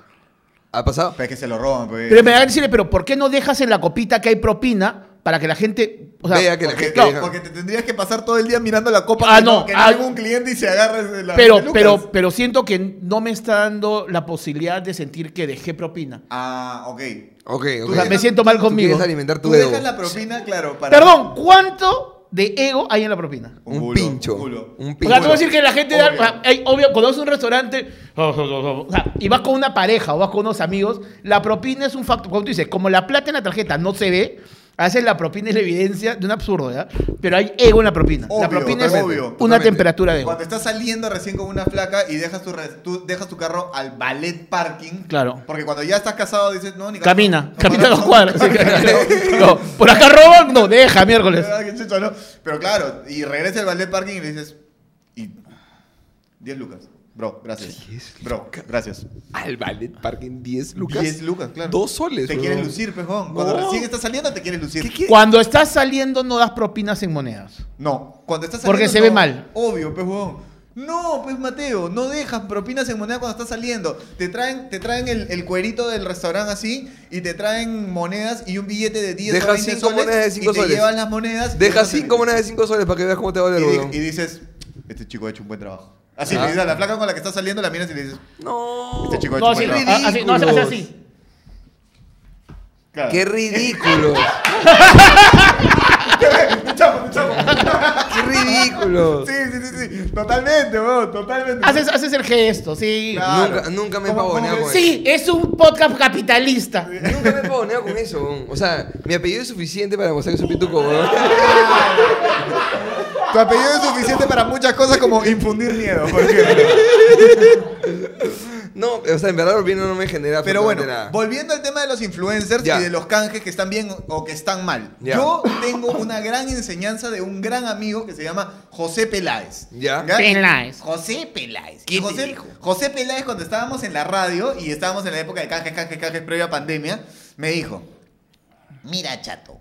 ¿Ha pasado? Pero es que se lo roban, pues. Pero me van a decirle, pero ¿por qué no dejas en la copita que hay propina para que la gente. O sea, Vea que la porque, gente claro, deja- porque te tendrías que pasar todo el día mirando la copa Ah, que no, que ah, llega un cliente y se agarra de la pero, pelucas. pero, pero siento que no me está dando la posibilidad de sentir que dejé propina. Ah, ok. Ok, ok. O sea, me dejas- siento mal Tú quieres conmigo. alimentar tu Tú ego. dejas la propina, claro, para. Perdón, ¿cuánto de ego hay en la propina? Un, culo, pincho. un culo. Un O pincho. sea, tú vas a decir que la gente. da- Obvio. ah, hay- obvio, cuando vas a un restaurante o sea, y vas con una pareja o vas con unos amigos, la propina es un factor. Como tú dices, como la plata en la tarjeta no se ve, a veces la propina es la evidencia de un absurdo, ¿ya? Pero hay ego en la propina. Obvio, la propina es totalmente, una totalmente. temperatura de ego. Cuando estás saliendo recién con una flaca y dejas tu, re- tú dejas tu carro al ballet parking. Claro. Porque cuando ya estás casado dices, no, ni Camina, no, camina para, dos no, cuadras. no, No, no, por acá roban, no, deja, miércoles. Ah, qué chucha, ¿no? Pero claro, y regresa al ballet parking y le dices, y 10 lucas. Bro, gracias. 10 Bro, gracias. Al ballet parking 10 lucas. 10 lucas, claro. Dos soles, Te weón. quieres lucir, pejón. Cuando No. recién estás saliendo te quieres lucir. ¿Qué quieres? Cuando estás saliendo no das propinas en monedas. No, cuando estás saliendo. Porque se ve no. mal. Obvio, pues huevón. No, pues Mateo, no dejas propinas en moneda cuando estás saliendo. Te traen, te traen el, el cuerito del restaurante así y te traen monedas y un billete de 10 Deja o 20 cinco soles monedas de cinco y te soles. llevan las monedas. Deja 5 monedas de 5 soles para que veas cómo te vale de el huevón. y, y dices, este chico ha hecho un buen trabajo. Así Ah. le dices a la flaca con la que estás saliendo, la miras y le dices, No. este chico ha hecho No, un así, buen trabajo. ah, así, no, hace- hace así. Claro. ¡Qué ridículo! Un chapo, un chapo. ¡Qué ridículo! Sí, sí, sí, sí. Totalmente, huevón, totalmente. Haces, haces el gesto, sí. Claro. Nunca, nunca me he ¿Cómo- cómo pavoneado que- con Sí, es un podcast capitalista. eso. Nunca me he pavoneado con eso. weón. O sea, mi apellido es suficiente para mostrar que soy pituco, weón. Tu apellido es suficiente para muchas cosas como infundir miedo. por ejemplo. No, o sea, en verdad Urbino no me genera Pero bueno, absolutamente nada. volviendo al tema de los influencers Ya. y de los canjes que están bien o que están mal. Ya. Yo tengo una gran enseñanza de un gran amigo que se llama José Peláez. Ya. Peláez. José Peláez. ¿Qué Y te José, dijo? José Peláez, cuando estábamos en la radio y estábamos en la época de canjes, canjes, canjes previa a pandemia, me dijo: Mira, chato,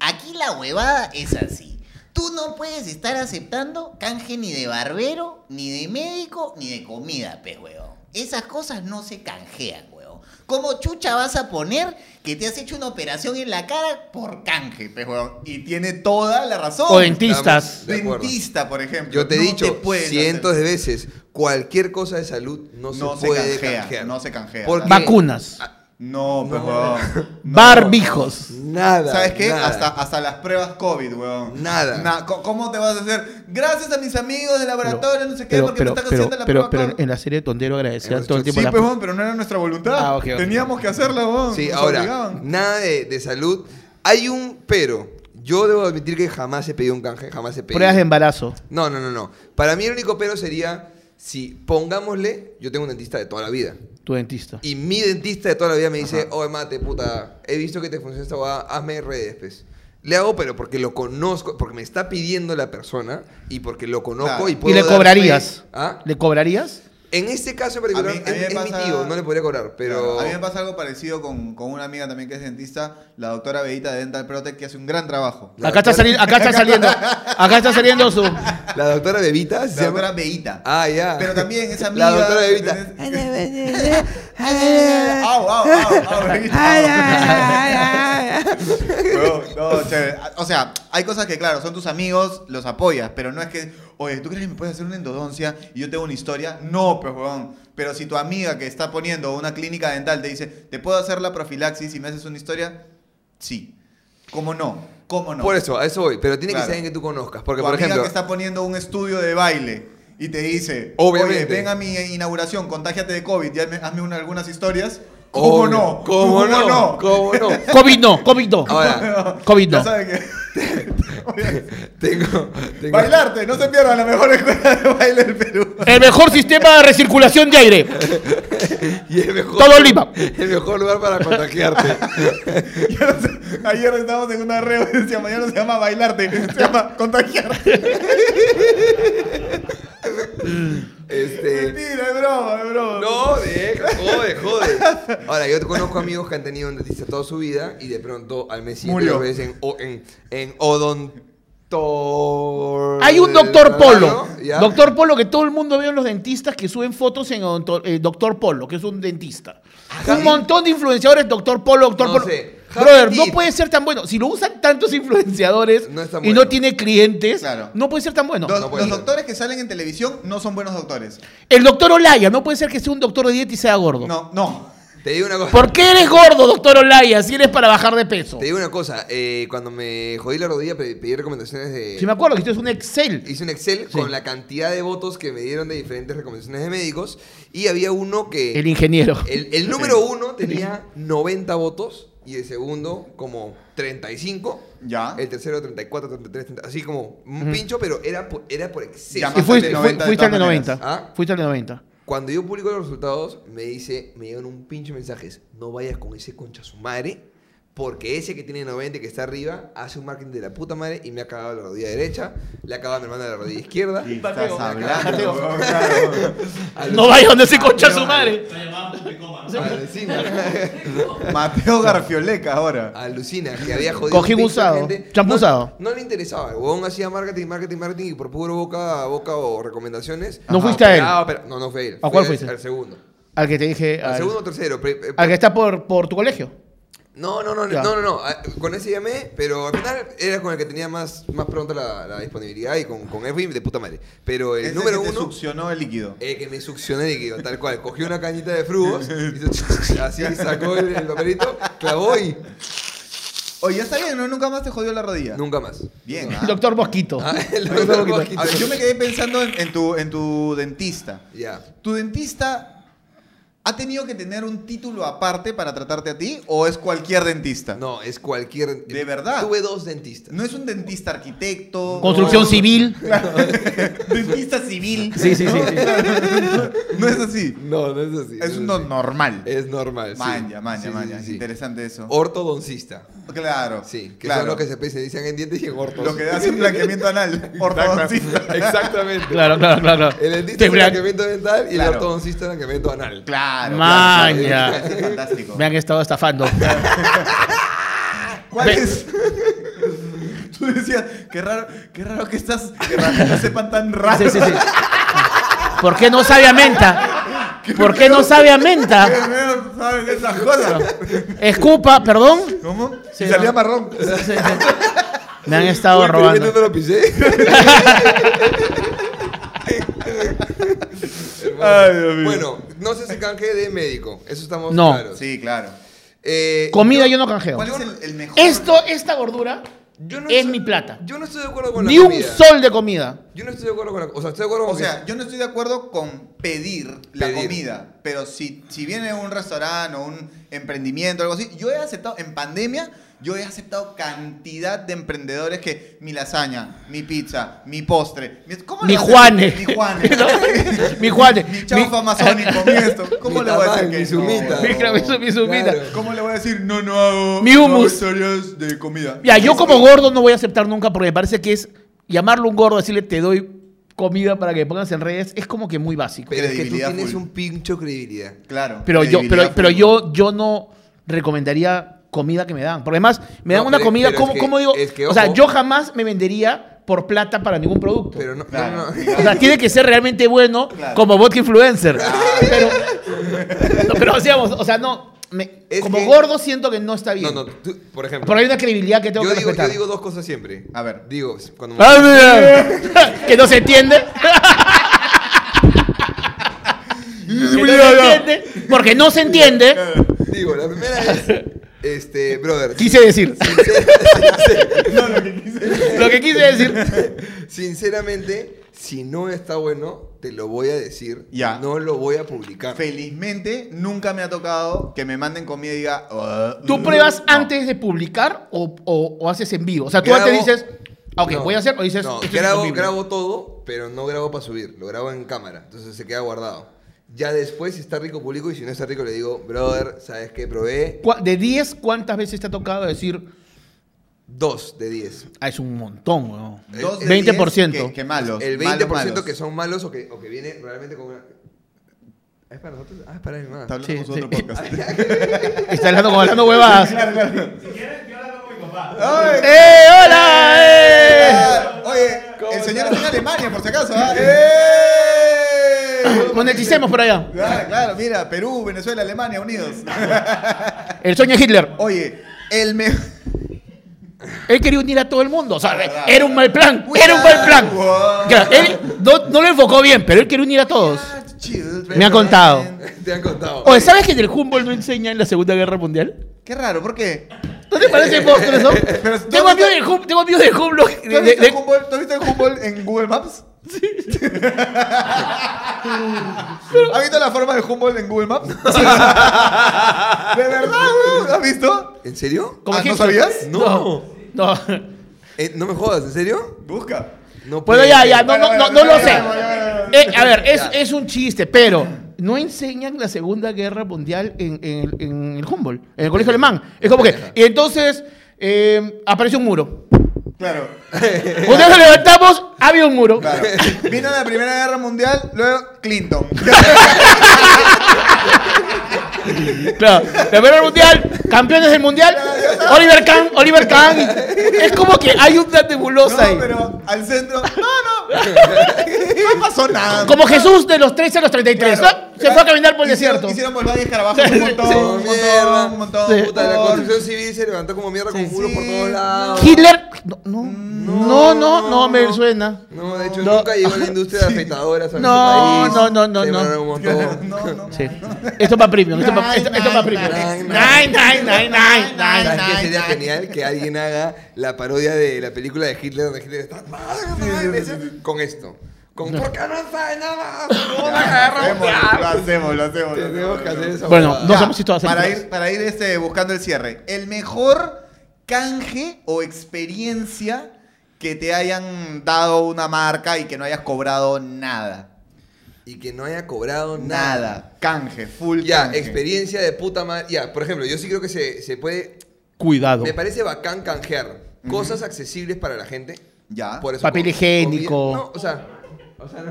aquí la huevada es así. Tú no puedes estar aceptando canje ni de barbero, ni de médico, ni de comida, pues, huevón. Esas cosas no se canjean, huevón. ¿Cómo chucha vas a poner que te has hecho una operación en la cara por canje, pues, huevón? Y tiene toda la razón. O dentistas. De acuerdo. Dentista, por ejemplo. Yo te he No dicho puedes cientos hacer- de veces, cualquier cosa de salud no, No se se puede canjea, canjear. no se canjea. Porque Vacunas. No, pues, No. huevón. No. Barbijos. Nada. ¿Sabes qué? nada. Hasta, hasta las pruebas COVID, weón. Nada. Na- co- ¿Cómo te vas a hacer? Gracias a mis amigos del laboratorio, no sé qué, porque me están haciendo la prueba COVID. en la serie de Tondero agradecían Hemos todo el hecho- Sí, pues, weón, pero no era nuestra voluntad. Ah, ok, ok. Teníamos que hacerla, weón. Sí, Nos ahora, obligaban. nada de, de salud. Hay un pero. Yo debo admitir que jamás he pedido un canje, jamás he pedido. Pruebas de embarazo. No, no, no, no. Para mí el único pero sería si, pongámosle, yo tengo un dentista de toda la vida. Tu dentista. Y mi dentista de toda la vida me dice, oye, mate, puta, he visto que te funciona esta guada, hazme redes, pues. Le hago, pero porque lo conozco, porque me está pidiendo la persona y porque lo conozco Claro. y Y puedo le dar fe. cobrarías. ¿Ah? ¿Le cobrarías? En este caso en particular, A mí- a mí es, me es mi pasa- tío, no le podría cobrar, pero... Claro, A mí me pasa algo parecido con, con una amiga también que es dentista, la doctora Beita de Dental Protect, que hace un gran trabajo. La acá, está doctora- saliendo, acá está saliendo. Acá está saliendo su. La doctora Bebita se La llama- doctora Beita. Ah, ya. Pero también esa amiga... La doctora Bebita. Au, au, au, au, Beita, au. Huevón, no, chévere. O sea, hay cosas que, claro, son tus amigos, los apoyas, pero no es que, oye, ¿tú crees que me puedes hacer una endodoncia y yo tengo una historia? No, pues, huevón. Pero si tu amiga que está poniendo una clínica dental te dice, ¿te puedo hacer la profilaxis y me haces una historia? Sí. ¿Cómo no? ¿Cómo no? Por eso, a eso voy. Pero tiene que Claro. ser alguien que tú conozcas. Porque, tu por amiga ejemplo, que está poniendo un estudio de baile y te dice, Obviamente. oye, ven a mi inauguración, contágiate de COVID y hazme, hazme una- algunas historias. ¿Cómo obvio, no? ¿Cómo no? ¿Cómo no? COVID no, COVID no. Ahora. COVID Ya no. saben que... tengo, tengo- Bailarte, no se pierdan la mejor escuela de baile del Perú. El mejor sistema de recirculación de aire. y el mejor, Todo Lima. El mejor lugar para contagiarte. Yo no sé, Ayer estábamos en una reunión y decíamos, ya no se llama bailarte, se llama contagiarte. este. Mentira, es broma, es broma. No, de, jode, jode. Ahora, yo conozco amigos que han tenido un dentista toda su vida y de pronto al mes siguiente Murió. lo ves en, o- en, en odontor. Hay un doctor Polo. Eh, ¿ya? Doctor Polo que todo el mundo ve en los dentistas que suben fotos en odonto- eh, doctor Polo, que es un dentista. Un montón de influenciadores, doctor Polo, doctor No Polo. sé. Brother, Javi no Did. puede ser tan bueno. Si lo usan tantos influenciadores No es tan y bueno. no tiene clientes, Claro. no puede ser tan bueno. Los, no puede los ser. doctores que salen en televisión no son buenos doctores. El doctor Olaya, no puede ser que sea un doctor de dieta y sea gordo. No, no. Te digo una cosa. ¿Por qué eres gordo, doctor Olaya, si eres para bajar de peso? Te digo una cosa. eh, cuando me jodí la rodilla, pe- pedí recomendaciones de. Si me acuerdo que esto es un Excel. Hice un Excel Sí. con la cantidad de votos que me dieron de diferentes recomendaciones de médicos. Y había uno que. El ingeniero. El, el número uno tenía 90 votos y el segundo como 35. Ya. El tercero 34, 33, 30, así como un pincho, pero era por, era por exceso. Ya, Y más fuiste, de fu- 90 de fuiste al de todas 90. maneras. ¿Ah? Fuiste al de 90. Cuando yo publico los resultados, me dice, me llegan un pinche mensajes, no vayas con ese concha su madre, porque ese que tiene 90 y que está arriba hace un marketing de la puta madre y me ha cagado la rodilla derecha, le ha cagado a mi hermana la rodilla izquierda. ¿Qué Mateo, estás hablando? weón? A No vaya donde Ah, se concha su madre. La llamada publicómana. Alucina, Mateo Garfioleca ahora. alucina, que había jodido. Cojín un pincho de usado, gente. champú No- usado. No le interesaba, el huevón hacía marketing, marketing, marketing y por puro boca a boca o recomendaciones. No Ajá, fuiste a él. operaba, opera- no, no fue él. ¿A cuál Fui fuiste? Al segundo. Al que te dije. Al Al, segundo o tercero. pre- pre- al que está por, por tu colegio. No, no, no, Ya. no, no, no. Ah, Con ese llamé, pero al final era con el que tenía más, más pronta la, la disponibilidad y con, con él fui de puta madre. Pero el Ese número que te uno, succionó el líquido. eh, que me succioné y que tal cual, cogió una cañita de frugos, hizo así, sacó el, el papelito, clavó y Oye, está bien, ¿no? Nunca más te jodió la rodilla. nunca más. Bien, Nunca ¿ah? El doctor Mosquito. más. Ah, el Doctor doctor Boquito. Boquito. A ver, yo me quedé pensando en, en tu, en tu dentista. Ya. ¿Tu dentista ha tenido que tener un título aparte para tratarte a ti o es cualquier dentista? No, es cualquier. De verdad. Tuve dos dentistas. No es un dentista arquitecto. Construcción no- civil. dentista civil. Sí, sí, sí. sí. No es así. No, no es así. Es un no así. normal. Es normal. Eh, sí. Maña, maña, Sí, sí, maña. sí, sí. Interesante eso. Ortodoncista. Claro. Sí, que claro. son los que se especializan en dientes y en ortos. Lo que hace un blanqueamiento anal. Ortodoncista. Exactamente. Claro, claro, claro. El dentista Te es el blan- blanqueamiento dental y Claro. el ortodoncista el blanqueamiento anal. Claro. Maña. claro, claro. Fantástico. Me han estado estafando. ¿Cuál Ve- es? Tú decías, qué raro, qué raro que estás, qué raro que no sepan tan raro. Sí, sí, sí. ¿Por qué no sabe a menta? ¿Por qué no sabe a Qué menta? raro saben esas cosas. Escupa, perdón. ¿Cómo? Sí, y salía no. marrón. Me han estado Uy, pero yo robando. no lo pisé. Hermano. Ay, Dios mío. bueno, no sé si canje de médico. Eso estamos No. claros. Sí, claro. Eh, Comida yo no canjeo. ¿Cuál es el, el mejor? Esto, esta gordura yo no es estoy- mi plata. Yo no estoy de acuerdo con Ni la un comida. sol de comida. Yo no estoy de acuerdo con la O sea, estoy de acuerdo con O que- sea, yo no estoy de acuerdo con pedir la Pedir. comida, pero si, si viene un restaurante o un emprendimiento o algo así, yo he aceptado, en pandemia, yo he aceptado cantidad de emprendedores que mi lasaña, mi pizza, mi postre, mi, ¿cómo le Mi voy a hacer? Juane. Mi Juane. Mi Juane. Mi chaufa amazónico, mi esto. ¿Cómo Mi le voy a decir tamal, que mi no? sumita. Mi claveza, mi sumita. Claro. ¿Cómo le voy a decir no, no hago, Mi no hago hummus. historias de comida? Mira, yo Este, como gordo no voy a aceptar nunca porque me parece que es llamarlo un gordo, decirle te doy comida para que me pongas en redes, es como que muy básico. Pero es que tú Credibilidad tienes full. un pincho credibilidad. Claro. Pero yo, pero, credibilidad pero full. yo, yo no recomendaría comida que me dan. Porque además, me dan No, una pero- comida, pero ¿cómo, es que- cómo digo? es que, o sea, ojo. yo jamás me vendería por plata para ningún producto. Pero no, no, Claro. no, no. O sea, tiene que ser realmente bueno Claro. como vodka influencer. Pero, no, pero digamos, o sea, no. me- Es como que- gordo siento que no está bien. No, no, tú, por ejemplo. Pero hay una credibilidad que tengo yo, que digo, yo respetar. digo dos cosas siempre. A ver. Digo, cuando ¡Ay, mira! que no se entiende. que no se entiende. Porque no se entiende. Digo, la primera es, este, brother, Quise decir. No, lo que quise decir. Lo que quise decir. sinceramente, si no está bueno, te lo voy a decir. Ya. No lo voy a publicar. Felizmente, nunca me ha tocado que me manden comida y diga. "Ah, ¿Tú mm, pruebas no". antes de publicar o, o- o haces en vivo? O sea, tú Grabo- antes dices, ah, ok, No, voy a hacer, o dices, no, esto es grabo, incomible. grabo todo, pero no grabo para subir, lo grabo en cámara, entonces se queda guardado. Ya después, si está rico, publico, y si no está rico, le digo, brother, ¿sabes qué? Probé Cu- De 10, ¿cuántas veces te ha tocado decir, dos de 10. ah, es un montón, weón? Dos de 20%. diez, Que, que malos. El 20% malos, malos. que son malos o que, o que viene realmente con una... ¿Es para nosotros? Ah, es para mi Está mamá. hablando Sí, con sí. otro podcast. Está hablando como hablando huevadas. Si quieres, yo hablo con mi papá. ¡Ay! ¡Eh, hola! Ah, Oye, el señor está en Alemania, por si acaso. ¿ah? ¡Eh! eh! Moneticemos por allá. Ah, claro, mira, Perú, Venezuela, Alemania, unidos. El sueño de Hitler. Oye, el mejor. Él quería unir a todo el mundo. O sea, Verdad, era un mal plan. verdad. Era un mal plan. Wow. Claro, él no, no lo enfocó bien, pero él quería unir a todos. Me ha contado. te han contado. Oye, ¿sabes que en el Humboldt no enseña en la Segunda Guerra Mundial? Qué raro, ¿por qué? ¿No te parece monstruo eso? Pero tú tengo, has amigos visto- del Humboldt, tengo amigos del Humboldt. ¿Tú has de- visto de- el Humboldt, tú has visto el Humboldt en Google Maps? Sí. ¿Has visto la forma del Humboldt en Google Maps? ¿De verdad, weón? ¿Has visto? ¿En serio? como Ah, ¿no ejemplo- sabías? No. No. Eh, no me jodas, ¿en serio? Busca. No Bueno, puede ya, ser. ya, no, no, no, no lo sé. Eh, a ver, es, Ya. es un chiste, pero no enseñan la Segunda Guerra Mundial en, en- en el Humboldt, en el colegio alemán. Es como que, y entonces eh, aparece un muro. Claro. Cuando nos levantamos, había un muro. Claro. Vino la Primera Guerra Mundial, luego Clinton. Claro, la Primera Mundial, campeones del Mundial, Oliver Kahn, Oliver Kahn. Es como que hay una No, nebulosa ahí. pero al centro. No, no. No pasó nada. Como Jesús de los 13 a los 33, Claro. ¿no? Se fue a caminar por el Hicieron- desierto. Hicieron volver a escarabajos Sí, un montón, sí. un montón, un montón. Sí. Puta, la un montón. construcción civil se levantó como mierda con Sí, muros por sí. todos lados. Hitler. No, no, no, no, no me suena. No, de hecho, No. nunca llegó a la industria de afeitadoras a No, nuestro no, país. no, no, Sembraron no. un montón. No, no. Sí. Esto es para premium, esto es para esto, esto es para premium. Nine, nine, nine, nine, ¿Sabes nine, qué nine, sería nine. genial? Que alguien haga la parodia de la película de Hitler donde Hitler está "Madre, madre", con esto. Con, ¿Por qué no sabe nada? ¿Cómo Lo va a agarrar un hacemos, lo hacemos, lo hacemos. lo Tenemos que hacemos. hacer esa Bueno, huevada. No Ya, sabemos si todas son para todas. ir, para ir este, buscando el cierre. El mejor canje o experiencia que te hayan dado una marca y que no hayas cobrado nada. Y que no haya cobrado Nada. nada. Canje, full Ya, canje. experiencia de puta madre. Ya, por ejemplo, yo sí creo que se, se puede. Cuidado. Me parece bacán canjear cosas accesibles para la gente. Ya. Por eso Papel co- higiénico. comida- No, o sea,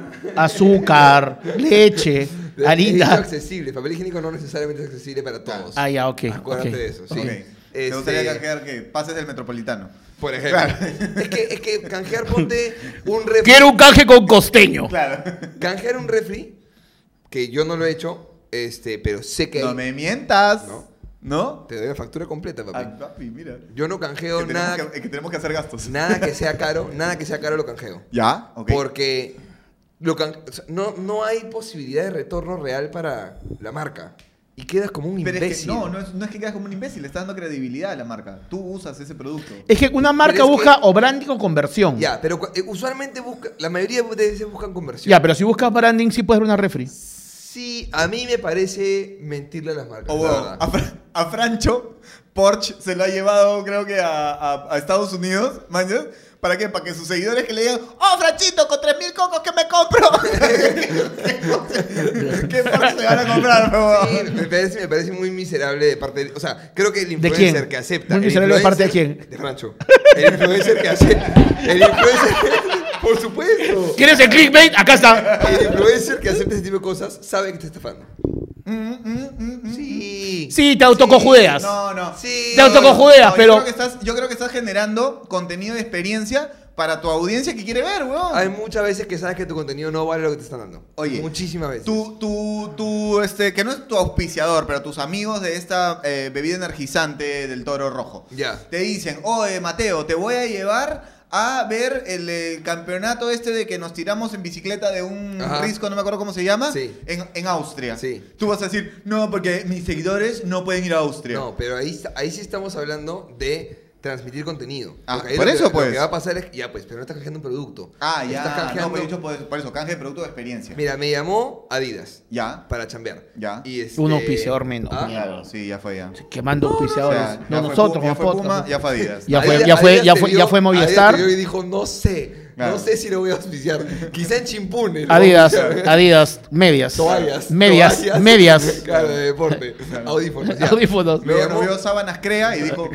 Azúcar, leche, de- he dicho harina. accesible. Papel higiénico no necesariamente es accesible para todos. Ah, ya, ok, Acuérdate ok, de eso, sí. Ok. Este, Te gustaría canjear que pases del metropolitano. Por ejemplo. Es, que, es que canjear, ponte un refri. Quiero un canje con costeño. Claro. Canjear un refri, que yo no lo he hecho, este, pero sé que No hay- me mientas. No. ¿No? te doy la factura completa, papi. Ah, papi, mira. Yo no Que canjeo tenemos, nada que, que tenemos que hacer gastos. nada que sea caro, nada que sea caro lo canjeo. Ya, ok. Porque lo can- o sea, no, no hay posibilidad de retorno real para la marca. Y quedas como un Pero imbécil. es que no, no es, no es que quedas como un imbécil, le estás dando credibilidad a la marca. Tú usas ese producto. Eh, Es que una marca Pero es busca que- o branding o conversión. Ya, Ya, pero cu- eh, usualmente busca, la mayoría de veces buscan conversión. pero si buscas branding, sí puedes ver una refri. Sí, a mí me parece mentirle a las marcas. O la bueno, verdad. a, Fra- a Francho, Porsche se lo ha llevado, creo que a, a- a Estados Unidos, mañas. ¿Para qué? Para que sus seguidores que le digan, oh, Franchito, con 3.000 cocos que me compro. ¿Qué Porsche se van a comprar, huevón? Sí, me parece, me parece muy miserable de parte de, O sea, creo que el quién? influencer que acepta. Muy el miserable de parte de influencer- quién. De Rancho. El influencer que acepta. El influencer. Por supuesto. ¿Quieres el clickbait? Acá está. El influencer que acepta ese tipo de cosas sabe que te está estafando. Mm, mm, mm, mm. Sí. Sí, te autocojudeas. No, no. Sí. Te autocojudeas, No, yo pero. creo que estás- Yo creo que estás generando contenido de experiencia para tu audiencia que quiere ver, huevón. Hay muchas veces que sabes que tu contenido no vale lo que te están dando. Oye, Muchísimas veces. Tu, tu, tu, este, que no es tu auspiciador, pero tus amigos de esta eh, bebida energizante del toro rojo. Ya. Te dicen, oye, Mateo, te voy a llevar a ver el, eh, campeonato este de que nos tiramos en bicicleta de un Ajá. risco, no me acuerdo cómo se llama, Sí. en, en Austria. Sí. Tú vas a decir, no, porque mis seguidores no pueden ir a Austria. No, pero ahí, ahí sí estamos hablando de transmitir contenido. Ah, Porque ahí por lo que- eso, Lo pues. que va a pasar es que, ya, pues, pero no estás canjeando un producto. Ah, ya. Estás canjeando... No, pero dicho por, por eso, canje de producto de experiencia. Mira, me llamó Adidas Ya. para chambear. Ya. Y este- Un auspiciador menos, Ah, mierda. Sí, ya fue ya. Quemando O auspiciadores. sea, no, ya fue nosotros, Pu- ya como fue podcast. Puma, ya fue Adidas. Ya fue, Adidas- ya fue, Adidas ya te fue, vio- ya fue Adidas Movistar. te vio y dijo, no sé, Claro. no sé si lo voy a auspiciar. Quizá en Chimpune. ¿no? Adidas, Adidas, medias. Toallas. Medias, toallas. medias. Claro, de deporte. Audífonos. ya. Audífonos. Me Luego nos llamó, vio sábanas crea y dijo,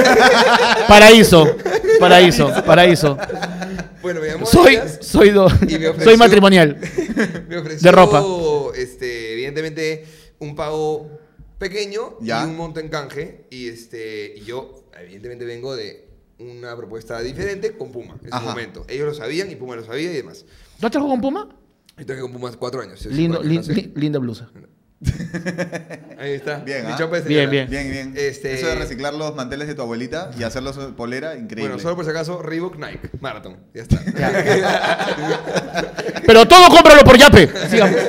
Paraíso, paraíso, paraíso. bueno, me llamó Soy, Adidas. soy, do- Y me ofreció- soy matrimonial. Me ofreció, De ropa. Este, evidentemente, un pago pequeño Ya. y un monto en canje. Y este, y yo, evidentemente, vengo de una propuesta diferente con Puma en su Ajá. momento. Ellos lo sabían y Puma lo sabía y demás. ¿No trabajó con Puma? Y trabajé con Puma hace cuatro años. sí, Lindo, cinco años, lin- no sé. lin- linda blusa. Ahí está. Bien, Mi ¿ah? chompa de Bien, señora. bien. Bien, bien. Este- Eso de reciclar los manteles de tu abuelita y hacerlos polera, increíble. Bueno, solo por si acaso, Reebok Nike, Marathon. Ya está. Pero todo cómpralo por Yape. Sigamos.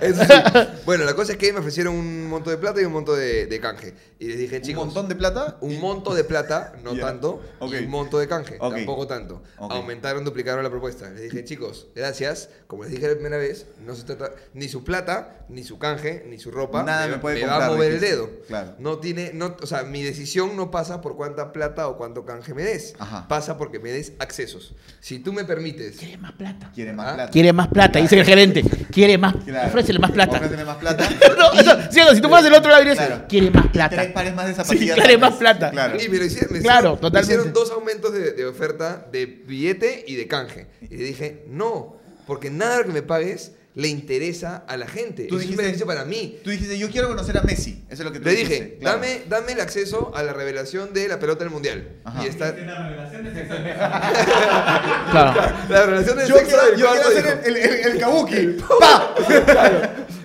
Eso sí. Bueno, la cosa es que me ofrecieron un monto de plata y un monto de, de canje. Y les dije, Un chicos, montón de plata. un monto de plata, no Ya. tanto, Ok. y un monto de canje, Ok. tampoco tanto. Ok. Aumentaron, duplicaron la propuesta. Les dije, chicos, gracias. Como les dije la primera vez, no se trata ni su plata, ni su canje, ni su ropa. Nada me puede va a comprar, mover el dijiste. dedo. Claro. No tiene, no, o sea, mi decisión no pasa por cuánta plata o cuánto canje me des. Ajá. Pasa porque me des accesos. Si tú me permites, Quiere más plata. Quiere Ah. más plata. Quiere más plata, dice el gerente. Quiere más. Claro. Ofrécele más plata. Ofrécele más plata. no, eso, sí, no, si tú fueras el otro lado, dirías, Claro. quiere más Tres plata. pares más de Sí, zapatillas. quiere tal vez. más plata. Claro. Y me lo hicieron, me Claro, hicieron, me totalmente. hicieron dos aumentos de, de oferta de billete y de canje. Y le dije, no, porque nada de lo que me pagues le interesa a la gente. Tú es un dijiste- beneficio para mí. Tú dijiste, yo quiero conocer a Messi. Eso es lo que tú Le dijiste. dije, claro. dame, dame el acceso a la revelación de la pelota del mundial. Ajá. Y está. De la revelación de sexo. Claro. La revelación del Yo sexo quiero, del yo cuarto quiero hacer hijo. el, el, el, el kabuki. ¡Pa!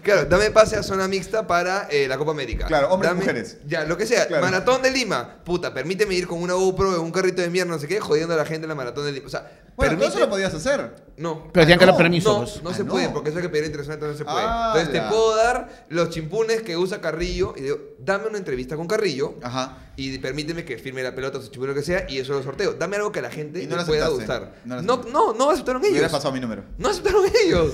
Claro, dame pase a zona mixta para eh, la Copa América. Claro, hombres y Dame- mujeres. Ya, lo que sea. Claro. Maratón de Lima. Puta, permíteme ir con una GoPro en un carrito de mierda, no sé qué, jodiendo a la gente en la maratón de Lima. O sea, Bueno, tú permite- eso lo podías hacer. No. Pero tenían que Ah, no, dar permiso, No, pues. no Ah, se no. puede, porque eso hay que pedir internacional no se puede. Ah, Entonces la. te puedo dar los chimpunes que usa Carrillo y digo, dame una entrevista con Carrillo Ajá. y permíteme que firme la pelota, su chimpún, lo que sea, y eso lo sorteo. Dame algo que a la gente Y no le lo pueda aceptaste. gustar. No lo No, no, aceptaste. no, aceptaron Me hubiera ellos. pasado mi número. No aceptaron ellos.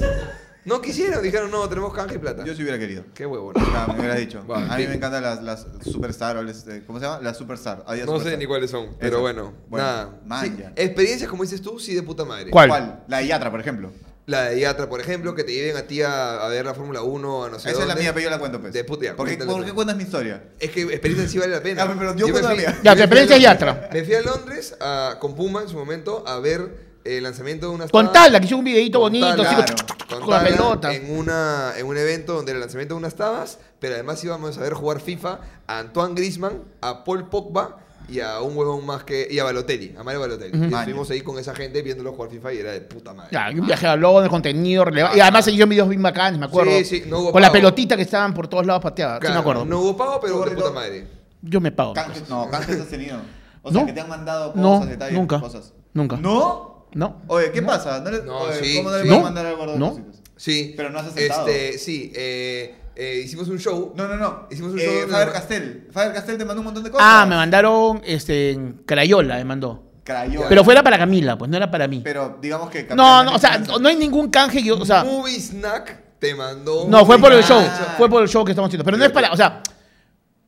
No quisieron, dijeron, no, tenemos canje y plata. Yo sí Ah, hubiera querido. Qué huevo. O sea, me hubieras dicho. Bueno, a mí sí. me encantan las, las superstar. o las, eh, ¿Cómo se llama? Las superstar. Adidas No sé superstar. ni cuáles son, pero Esas. bueno, Bueno, nada. man, Sí, ya. experiencias, como dices tú, sí de puta madre. ¿Cuál? ¿Cuál? La de Yatra, por ejemplo. La de Yatra, por ejemplo, que te lleven a ti a, a ver la Fórmula 1, a no sé Esa es la dónde. mía, pero yo la cuento, pues. De puta, ya, ¿Por, qué, cuéntale ¿Por tú. qué cuentas mi historia? Es que experiencia sí vale la pena. Ah, pero yo me cuento la fui- mía. Ya, me tu fui a experiencia es Londres- Yatra. Me fui a Londres a- con Puma en su momento a ver el lanzamiento de una Con estada- tal, que hizo un videito con bonito, tabla, así claro. con con, con la tabla pelota. En, una, en un evento donde era el lanzamiento de unas tabas, pero además íbamos a ver jugar FIFA a Antoine Griezmann, a Paul Pogba y a un huevón más que. y a Balotelli, a Mario Balotelli. Y Maño. estuvimos ahí con esa gente viéndolo jugar FIFA y era de puta madre. Ya, y un viaje a Londres, contenido relevante. Y además se hicieron videos bien bacanes, me acuerdo. Sí, sí, no hubo Con la pago. pelotita que estaban por todos lados pateadas. sí, Claro, me acuerdo. No hubo pago, pero de Corredor. puta madre. Yo me pago. Canje- pues. no, canjes has tenido. O sea, No. que te han mandado cosas, No, detalles, nunca. cosas. Nunca. ¿No? ¿No? Oye, ¿qué pasa? ¿No le, No, oye, sí, ¿Cómo no le sí. vas a No, mandar al gordo no. cositas? Sí. Pero no has aceptado. Este, sí, eh, eh, hicimos un show. No, no, no. Hicimos un Eh, show donde- Faber Castell. Faber Castell te mandó un montón de cosas. Ah, me mandaron este, en Crayola, me mandó. Crayola. Pero fuera para Camila, pues no era para mí. Pero digamos que. no, no, o sea, no hay ningún canje que yo, o sea, Movie Snack te mandó. no, fue por el show, Ah. fue por el show que estamos haciendo, pero no es para, o sea,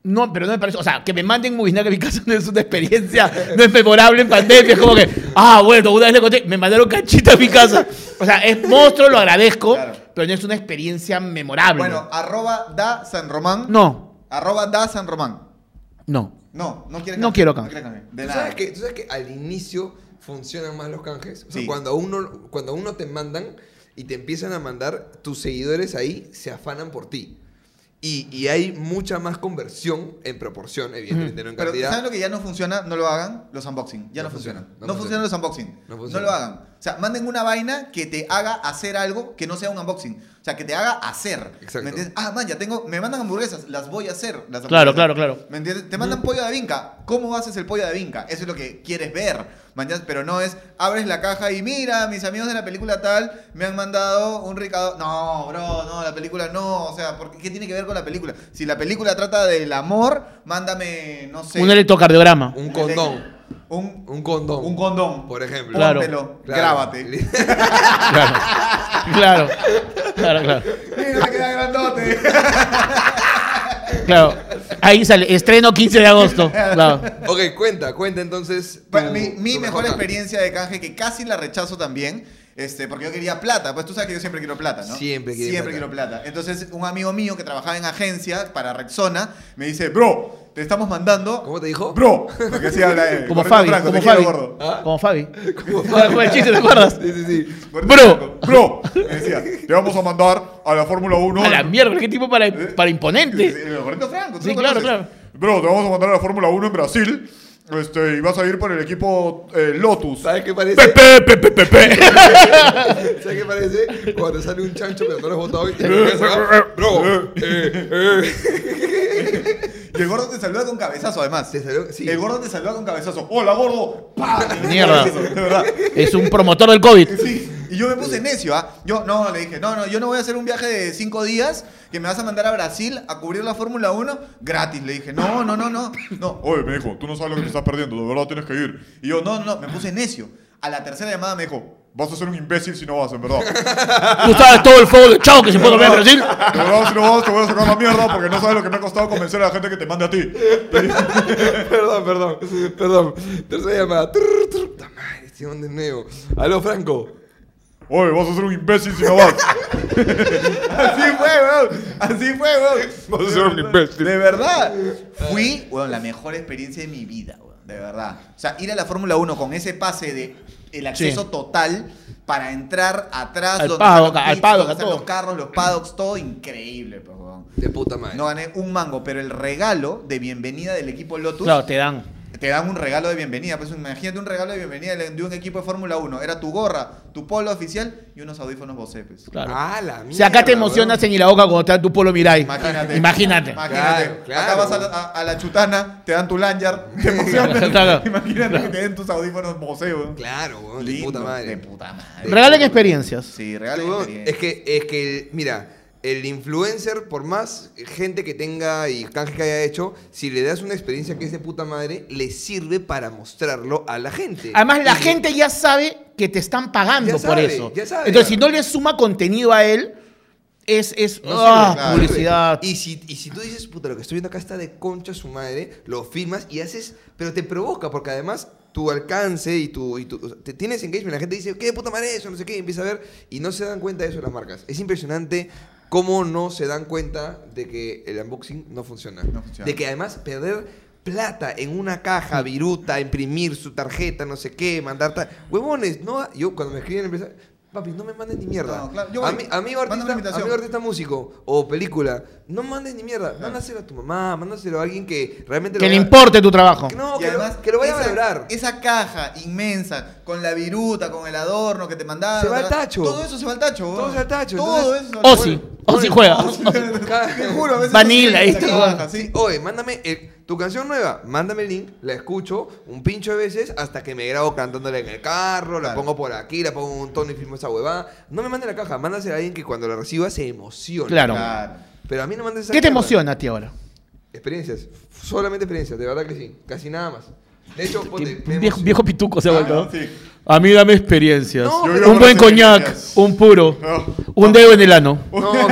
no, pero no me parece, o sea, que me manden Movie Snack a mi casa no es una experiencia, no es memorable en pandemia, es como que, ah, bueno, una vez le conté, me mandaron canchita a mi casa, o sea, es monstruo, lo agradezco, Claro. pero no es una experiencia memorable. Bueno, ah. arroba da San Román. no, Arroba da San Román. no, No, no quieres No canje, quiero canje. quieres canje. De ¿Tú nada. sabes, que, tú sabes que al inicio funcionan más los canjes? O sea, Sí. cuando, a uno, cuando a uno te mandan y te empiezan a mandar, tus seguidores ahí se afanan por ti. Y, y hay mucha más conversión en proporción, evidentemente, no en Pero cantidad. ¿saben lo que ya no funciona? No lo hagan. Los unboxing. Ya no, funciona. No, funcionan funciona. los unboxing. No, No funciona. lo hagan. O sea, manden una vaina que te haga hacer algo que no sea un unboxing. O sea, que te haga hacer. Exacto. ¿Me entiendes? Ah, man, ya tengo. Me mandan hamburguesas. Las voy a hacer. Las Claro, hamburguesas. claro, claro. ¿Me entiendes? Te mandan pollo de vinca. ¿Cómo haces el pollo de vinca? Eso es lo que quieres ver. ¿me entiendes? Pero no es. Abres la caja y mira, mis amigos de la película tal me han mandado un ricado. No, bro, no, la película no. O sea, ¿por qué, ¿qué tiene que ver con la película? Si la película trata del amor, mándame, no sé. un electrocardiograma. Un condón. Un, Un condón. un condón. Por ejemplo. Claro. Póntelo, Claro. Grábate. Claro. Claro. Claro, claro. Mira, queda grandote. Claro. Ahí sale. Estreno 15 de agosto. Claro. ok, cuenta, cuenta entonces. Para tu- mí, Pues, mi tu mejor canje. experiencia de canje, que casi la rechazo también, este, porque yo quería plata. Pues tú sabes que yo siempre quiero plata, ¿no? Siempre quiere Siempre plata. quiero plata. Entonces, un amigo mío que trabajaba en agencia para Rexona me dice, bro, te estamos mandando. ¿Cómo te dijo? Bro, porque eh, así habla él. Como Gordito Fabi, Franco, como te quiero, Fabi. gordo. ¿Ah? Como Fabi. Como Como el chiste, ¿te acuerdas? Sí, sí, sí. Gordito Bro. Franco, Bro, me decía, te vamos a mandar a la Fórmula 1. A la mierda, qué tipo para, para imponente. El Gordito Franco, tú Sí, lo claro, conoces. claro. Bro, te vamos a mandar a la Fórmula 1 en Brasil. Este, y vas a ir por el equipo eh, Lotus. ¿Sabes qué parece? Pepe, pepe, pepe. ¿Sabes qué parece? Cuando sale un chancho, pero no lo has botado y te empiezas a- Bro, eh, eh. Y el gordo te saluda con cabezazo, además. Te salió- sí. El gordo te saluda con cabezazo. ¡Hola, gordo! ¡Pah! Mierda. De verdad. Es un promotor del COVID. Sí. Y yo me puse necio, ¿ah? Yo, no, le dije, no, no, yo no voy a hacer un viaje de cinco días que me vas a mandar a Brasil a cubrir la Fórmula 1 gratis. Le dije, no, no, no, no, no. Oye, me dijo, tú no sabes lo que te estás perdiendo, de verdad tienes que ir. Y yo, no, no, me puse necio. A la tercera llamada me dijo, Vas a ser un imbécil si no vas, en verdad. Tú sabes todo el fuego de chao que se puede ver en Brasil. De verdad, si no vas, te voy a sacar la mierda porque no sabes lo que me ha costado convencer a la gente que te mande a ti. perdón, perdón, perdón. Tercera llamada. Trrr, trrr. Puta madre, este hombre de nuevo. Aló, Franco. Oye, vas a ser un imbécil si no vas. así fue, weón, así fue, weón. Vas a ser un imbécil. De verdad. Fui, weón, la mejor experiencia de mi vida, weón. De verdad. O sea, ir a la Fórmula 1 con ese pase de el acceso total para entrar atrás Al donde están los paddock, al pits, paddock, donde a están todo. los carros, los paddocks, todo increíble, pues, weón. De puta madre. No gané un mango, pero el regalo de bienvenida del equipo Lotus Claro, te dan. te dan un regalo de bienvenida. Pues imagínate un regalo de bienvenida de de un equipo de Fórmula 1. Era tu gorra, tu polo oficial y unos audífonos pues. bocepes. Claro. Ah, la mierda. si acá te emocionas en Ilaoca cuando te dan tu polo Mirai. Imagínate. Imagínate. Imagínate. Claro, claro. Acá vas a la, a- a la chutana, te dan tu lanyard, te Claro, emocionas. claro. Imagínate que te den tus audífonos boceos. weón. Claro, weón, de Lindo, puta madre. De puta madre. Regalen experiencias. Sí, regala Weón, experiencia. Es que, es que, el- mira, el influencer, por más gente que tenga y canje que haya hecho, si le das una experiencia que es de puta madre, le sirve para mostrarlo a la gente. Además, la Y- gente ya sabe que te están pagando Ya por sabe, eso. ya sabe. Entonces, si no le suma contenido a él, es, es No ah, sirve, claro. publicidad. Y si, y si tú dices, puta, lo que estoy viendo acá está de concha su madre, lo firmas y haces, pero te provoca, porque además tu alcance y tu, y tu- o sea, te tienes engagement, la gente dice, ¿qué de puta madre es eso? No sé qué, y empieza a ver, y no se dan cuenta de eso las marcas. Es impresionante cómo no se dan cuenta de que el unboxing no funciona. No funciona. De que además perder plata en una caja viruta, imprimir su tarjeta, no sé qué, mandar tal. Huevones, no, yo cuando me escriben empieza, papi, no me mandes ni mierda. No, claro, yo a voy. mí, Mándame amigo una artista, invitación. amigo artista músico o película, no mandes ni mierda. Mándaselo a tu mamá, mándaselo a alguien que realmente que lo le vaya- importe tu trabajo. Que no, Y que, además, lo, que lo vaya esa- a valorar. Esa caja inmensa, con la viruta, con el adorno que te mandaban. Se va al ¿verdad? tacho. Todo eso se va al tacho. Todo weón. se va al tacho, Todo entonces- eso. se va al Ozzy. tacho. Ozzy juega. Cada- Te juro, a veces Vanilla, no se ahí ve está, la weón. caja, sí. Oh, Oye, mándame el- tu canción nueva, mándame el link, la escucho un pincho de veces hasta que me grabo cantándola en el carro, la Claro. pongo por aquí, la pongo un tono y filmo esa huevada. No me mande la caja, mándasela a alguien que cuando la reciba se emocione. Claro. Claro. Pero a mí no mandes esa ¿Qué te mierda. emociona a ti ahora? Experiencias, solamente experiencias, de verdad que sí, casi nada más. De hecho, ponte, me Viejo, emociono. viejo pituco se ha vuelto. Sí. A mí dame experiencias. No, Yo pero- vivo un buen por las coñac, experiencias. un puro, No. un dedo en el ano. No,